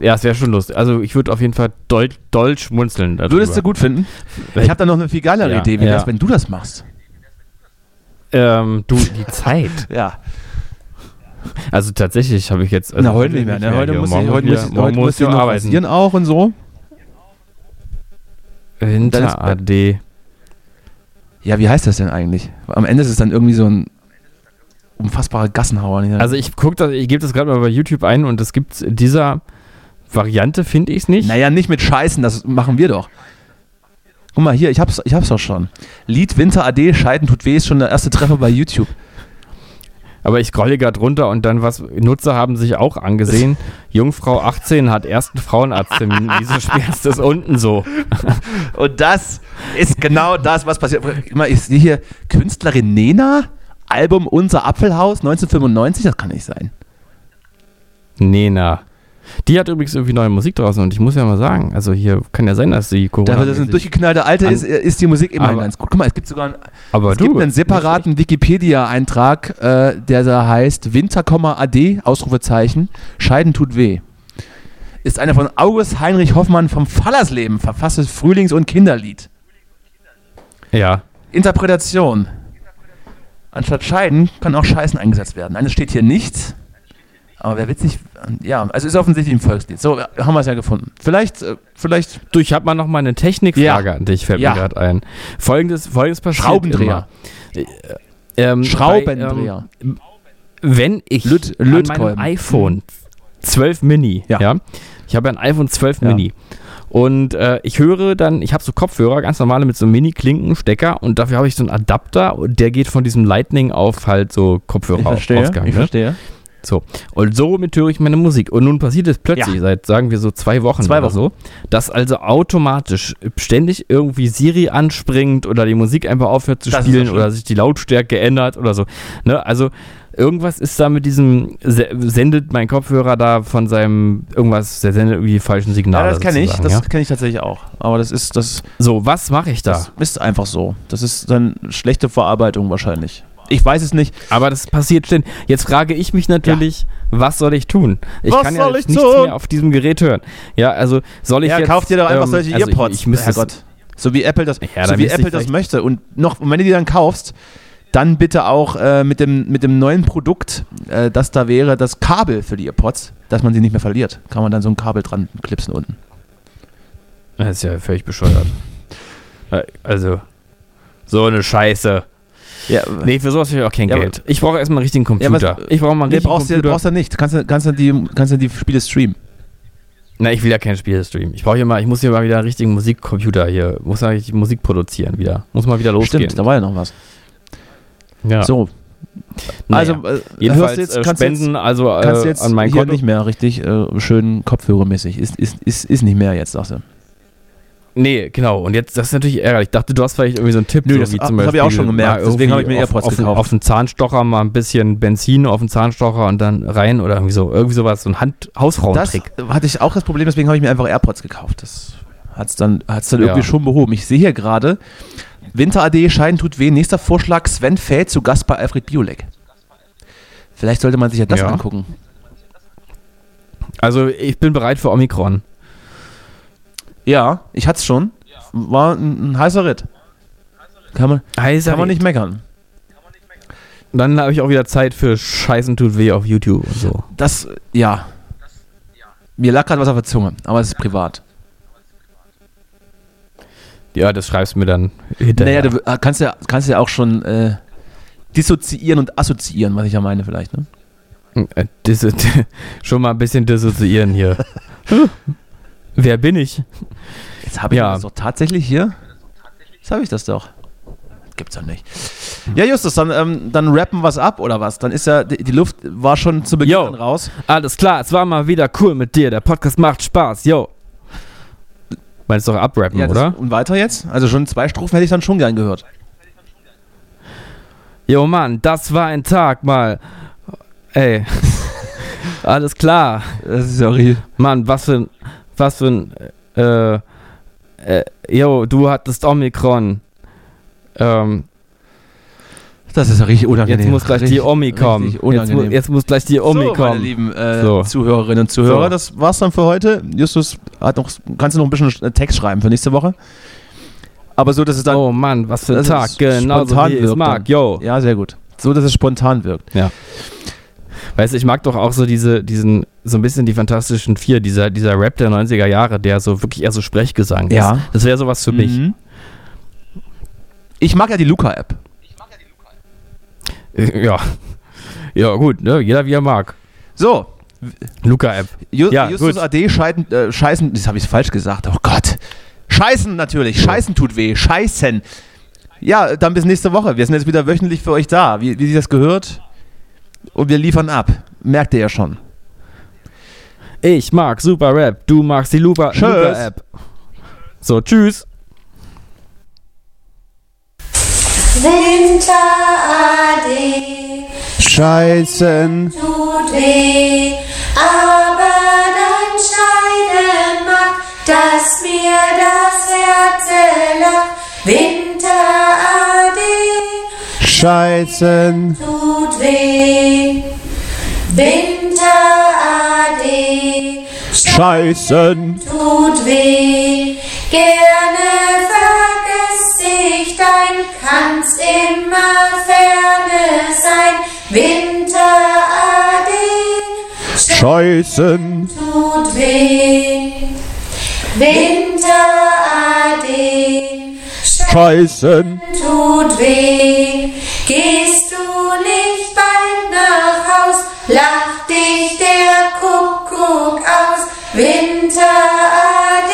Speaker 2: ja, es wäre schon lustig. Also, ich würde auf jeden Fall doll, doll schmunzeln. Darüber.
Speaker 3: Würdest du gut finden? Ich habe da noch eine viel geilere
Speaker 2: Ja,
Speaker 3: Idee, wie
Speaker 2: ja.
Speaker 3: das, wenn du das machst.
Speaker 2: ähm, du, die Zeit.
Speaker 3: Ja.
Speaker 2: Also, tatsächlich habe ich jetzt. Also,
Speaker 3: Na, heute nicht mehr. Ne? Heute
Speaker 2: hier.
Speaker 3: muss
Speaker 2: morgen
Speaker 3: ich, heute
Speaker 2: wieder,
Speaker 3: muss ich,
Speaker 2: morgen
Speaker 3: heute
Speaker 2: muss
Speaker 3: muss
Speaker 2: ich
Speaker 3: ich
Speaker 2: noch
Speaker 3: noch
Speaker 2: arbeiten.
Speaker 3: rasieren auch und so. Dann ist-
Speaker 2: Hinter AD.
Speaker 3: Ja, wie heißt das denn eigentlich? Am Ende ist es dann irgendwie so ein unfassbarer Gassenhauer. ne?
Speaker 2: Also, ich guck das, ich gebe das gerade mal bei YouTube ein und es gibt dieser Variante, finde ich es nicht.
Speaker 3: Naja, nicht mit Scheißen, das machen wir doch. Guck mal hier, ich hab's, ich hab's doch schon. Lied Winter AD, Scheiden tut weh, ist schon der erste Treffer bei YouTube.
Speaker 2: Aber ich scrolle gerade runter und dann was Nutzer haben sich auch angesehen. Jungfrau 18 hat ersten Frauenarzttermin. Wieso spielst du das unten so?
Speaker 3: Und das ist genau das, was passiert. Guck mal, ich sehe hier Künstlerin Nena, Album Unser Apfelhaus 1995, das kann nicht sein.
Speaker 2: Nena. Die hat übrigens irgendwie neue Musik draußen und ich muss ja mal sagen, also hier kann ja sein, dass sie Corona.
Speaker 3: Da das ein durchgeknallter Alte ist, ist die Musik immerhin
Speaker 2: Aber-
Speaker 3: ganz gut. Guck mal, es gibt sogar einen,
Speaker 2: aber
Speaker 3: es
Speaker 2: du,
Speaker 3: gibt einen separaten Wikipedia-Eintrag, äh, der da heißt Winter, AD, Ausrufezeichen, Scheiden tut weh. Ist einer von August Heinrich Hoffmann vom Fallersleben verfasstes Frühlings- und Kinderlied.
Speaker 2: ja,
Speaker 3: Interpretation. Anstatt Scheiden kann auch Scheißen eingesetzt werden. Eines steht hier nicht. Aber wer witzig. Ja, also ist offensichtlich ein Volkslied. So, haben wir es ja gefunden. Vielleicht, äh, vielleicht
Speaker 2: du, ich habe mal noch mal eine Technikfrage
Speaker 3: Ja.
Speaker 2: an dich, fällt
Speaker 3: Ja.
Speaker 2: mir gerade ein. Folgendes, folgendes passiert
Speaker 3: Schraubendreher.
Speaker 2: immer. Äh, Ähm, Bei, ähm,
Speaker 3: Schraubendreher.
Speaker 2: wenn ich
Speaker 3: Löt-
Speaker 2: an meinem
Speaker 3: Lötkolben.
Speaker 2: iPhone 12 Mini, ja,
Speaker 3: Ja.
Speaker 2: ich habe ja ein iPhone 12
Speaker 3: Ja.
Speaker 2: Mini und äh, ich höre dann, ich habe so Kopfhörer, ganz normale mit so einem Mini-Klinkenstecker und dafür habe ich so einen Adapter und der geht von diesem Lightning auf halt so Kopfhörerausgang. Ne?
Speaker 3: ich verstehe.
Speaker 2: So. Und somit höre ich meine Musik. Und nun passiert es plötzlich
Speaker 3: Ja.
Speaker 2: seit, sagen wir so, zwei Wochen
Speaker 3: Zwei
Speaker 2: oder
Speaker 3: Wochen.
Speaker 2: so, dass also automatisch ständig irgendwie Siri anspringt oder die Musik einfach aufhört zu
Speaker 3: Das ist
Speaker 2: spielen
Speaker 3: doch schlimm.
Speaker 2: oder sich die Lautstärke ändert oder so. Ne? Also irgendwas ist da mit diesem, se- sendet mein Kopfhörer da von seinem, irgendwas, der sendet irgendwie die falschen Signale.
Speaker 3: Ja, das kenne ich,
Speaker 2: sozusagen,
Speaker 3: das
Speaker 2: ja?
Speaker 3: kenne ich tatsächlich auch. Aber das ist, das,
Speaker 2: So, was mache ich da?
Speaker 3: das ist einfach so. Das ist dann schlechte Verarbeitung wahrscheinlich. Ich weiß es nicht.
Speaker 2: Aber das passiert ständig. Jetzt frage ich mich natürlich, was soll ich tun? Ich
Speaker 3: Was
Speaker 2: kann ja
Speaker 3: soll
Speaker 2: jetzt
Speaker 3: ich
Speaker 2: nichts
Speaker 3: tun?
Speaker 2: mehr auf diesem Gerät hören. Ja, also soll ich
Speaker 3: Ja,
Speaker 2: jetzt...
Speaker 3: kauft ihr doch einfach
Speaker 2: ähm,
Speaker 3: solche
Speaker 2: also ich-
Speaker 3: Earpods.
Speaker 2: Ich, müsste es-
Speaker 3: Herrgott. So wie Apple das,
Speaker 2: Ja,
Speaker 3: so
Speaker 2: dann
Speaker 3: wie
Speaker 2: müsste
Speaker 3: Apple
Speaker 2: ich
Speaker 3: das
Speaker 2: vielleicht-
Speaker 3: möchte. Und noch, und wenn du die dann kaufst, dann bitte auch äh, mit, dem, mit dem neuen Produkt, äh, das da wäre, das Kabel für die Earpods, dass man sie nicht mehr verliert. Kann man dann so ein Kabel dran klipsen unten.
Speaker 2: Das ist ja völlig bescheuert. Äh, Also, so eine Scheiße.
Speaker 3: Ja,
Speaker 2: Nee, für sowas habe ich auch kein
Speaker 3: Ja, aber-
Speaker 2: Geld. Ich brauche erstmal einen richtigen Computer.
Speaker 3: Ja, was-
Speaker 2: ich brauche mal einen
Speaker 3: nee,
Speaker 2: richtigen
Speaker 3: brauchst du
Speaker 2: Computer.
Speaker 3: brauchst du nicht. Kannst du kannst du die, kannst du die Spiele streamen.
Speaker 2: Na, ich will ja kein Spiel streamen. Ich brauche hier mal, ich muss hier mal wieder einen richtigen Musikcomputer hier. Muss eigentlich Musik produzieren wieder. Muss mal wieder losgehen.
Speaker 3: Stimmt, da war ja noch was.
Speaker 2: ja.
Speaker 3: So,
Speaker 2: naja.
Speaker 3: also äh,
Speaker 2: jedenfalls
Speaker 3: hörst du jetzt,
Speaker 2: äh,
Speaker 3: kannst du jetzt
Speaker 2: spenden, also äh,
Speaker 3: kannst du jetzt
Speaker 2: an mein
Speaker 3: hier
Speaker 2: Konto.
Speaker 3: nicht mehr richtig äh, schön kopfhörermäßig. Ist, ist, ist, ist nicht mehr jetzt, sagst du.
Speaker 2: Nee, genau. Und jetzt, das ist natürlich ärgerlich. Ich dachte, du hast vielleicht irgendwie so einen Tipp.
Speaker 3: Nö,
Speaker 2: so
Speaker 3: das- das hab ich auch schon
Speaker 2: mal
Speaker 3: gemerkt.
Speaker 2: irgendwie
Speaker 3: Deswegen hab ich mir
Speaker 2: auf,
Speaker 3: AirPods
Speaker 2: auf,
Speaker 3: gekauft.
Speaker 2: Auf den Zahnstocher mal ein bisschen Benzin auf den Zahnstocher und dann rein oder irgendwie so. Irgendwie sowas, so ein Hand
Speaker 3: Das
Speaker 2: Hausfrauentrick.
Speaker 3: hatte ich auch das Problem, deswegen habe ich mir einfach AirPods gekauft. Das hat es dann, hat's dann
Speaker 2: Ja.
Speaker 3: irgendwie schon behoben. Ich sehe hier gerade, Winter AD, Scheiden tut weh. Nächster Vorschlag, Sven Feld zu Gast bei Alfred Biolek. Vielleicht sollte man sich ja das
Speaker 2: Ja.
Speaker 3: angucken.
Speaker 2: Also ich bin bereit für Omikron.
Speaker 3: Ja, ich hatte es schon. War ein, ein heißer Ritt. Kann man,
Speaker 2: Heißer
Speaker 3: kann man nicht meckern.
Speaker 2: Dann habe ich auch wieder Zeit für Scheißen tut weh auf YouTube und so.
Speaker 3: Das, äh, ja. Mir lag gerade was auf der Zunge, aber es ist privat.
Speaker 2: Ja, das schreibst du mir dann hinterher.
Speaker 3: Naja, du äh, kannst ja, kannst ja auch schon äh, dissoziieren und assoziieren, was ich ja meine vielleicht. Ne?
Speaker 2: Äh, disso- schon mal ein bisschen dissoziieren hier. Wer bin ich?
Speaker 3: Jetzt habe ich
Speaker 2: Ja.
Speaker 3: das doch tatsächlich hier. Jetzt habe ich das doch. Gibt's doch nicht. Ja, Justus, dann, ähm, dann rappen was ab oder was? Dann ist ja, die, die Luft war schon zu Beginn
Speaker 2: Jo.
Speaker 3: dann raus.
Speaker 2: Alles klar, es war mal wieder cool mit dir. Der Podcast macht Spaß, yo. Meinst du doch abrappen,
Speaker 3: Ja, das-
Speaker 2: oder?
Speaker 3: Und weiter jetzt? Also schon zwei Strophen hätte ich dann schon gern gehört.
Speaker 2: Jo Mann, das war ein Tag mal. Ey. Alles klar.
Speaker 3: Das ist ja richtig.
Speaker 2: Mann, was für ein. Was für ein. Äh. äh, Jo, du hattest Omikron. Ähm,
Speaker 3: Das ist ja richtig unangenehm.
Speaker 2: jetzt muss gleich die Omi kommen.
Speaker 3: Richtig
Speaker 2: Jetzt, mu-
Speaker 3: unangenehm.
Speaker 2: jetzt muss gleich die Omi
Speaker 3: so, meine
Speaker 2: kommen.
Speaker 3: lieben äh,
Speaker 2: So.
Speaker 3: Zuhörerinnen und Zuhörer,
Speaker 2: So.
Speaker 3: das war's dann für heute. Justus, hat noch, kannst du noch ein bisschen äh, Text schreiben für nächste Woche? Aber so, dass es dann
Speaker 2: oh Mann, was für ein
Speaker 3: Das
Speaker 2: Tag.
Speaker 3: ist
Speaker 2: Genau so
Speaker 3: spontan
Speaker 2: wie ich
Speaker 3: wirkt
Speaker 2: mag.
Speaker 3: dann.
Speaker 2: Yo.
Speaker 3: Ja, sehr gut. So, dass es spontan wirkt.
Speaker 2: Weißt du, ich mag doch auch so diese, diesen, so ein bisschen die Fantastischen Vier, dieser, dieser Rap der 90er Jahre, der so wirklich eher so Sprechgesang
Speaker 3: Ja.
Speaker 2: ist. Das wäre sowas für mich.
Speaker 3: Mhm. Ich mag ja die Luca-App.
Speaker 2: Äh, Ja. Ja, gut, ne? Jeder wie er mag.
Speaker 3: So,
Speaker 2: Luca-App.
Speaker 3: Ju
Speaker 2: Ja,
Speaker 3: Justus
Speaker 2: gut.
Speaker 3: AD scheiden, äh, scheißen, das habe ich falsch gesagt, oh Gott. Scheißen natürlich, scheißen tut weh, scheißen. Ja, dann bis nächste Woche. Wir sind jetzt wieder wöchentlich für euch da, wie, wie sich das gehört. Und wir liefern ab. Merkt ihr ja schon.
Speaker 2: Ich mag Super Rap, du magst die Luca-
Speaker 3: Tschüss.
Speaker 2: Luca-App. so, tschüss.
Speaker 5: Winter AD
Speaker 6: Scheißen,
Speaker 5: tut weh, aber dein Scheide macht, dass mir das Herz erlacht. Winter AD
Speaker 6: scheißen,
Speaker 5: tut weh, Winter AD
Speaker 6: scheißen,
Speaker 5: tut weh. Gerne vergiss ich dein, kannst immer ferne sein. Winter AD,
Speaker 6: scheißen,
Speaker 5: tut weh. Winter AD,
Speaker 6: scheißen,
Speaker 5: tut weh. Gehst du nicht bald nach Haus, lacht dich der Kuckuck aus. Winter AD,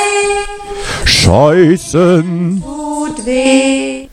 Speaker 6: scheißen.
Speaker 5: tut weh.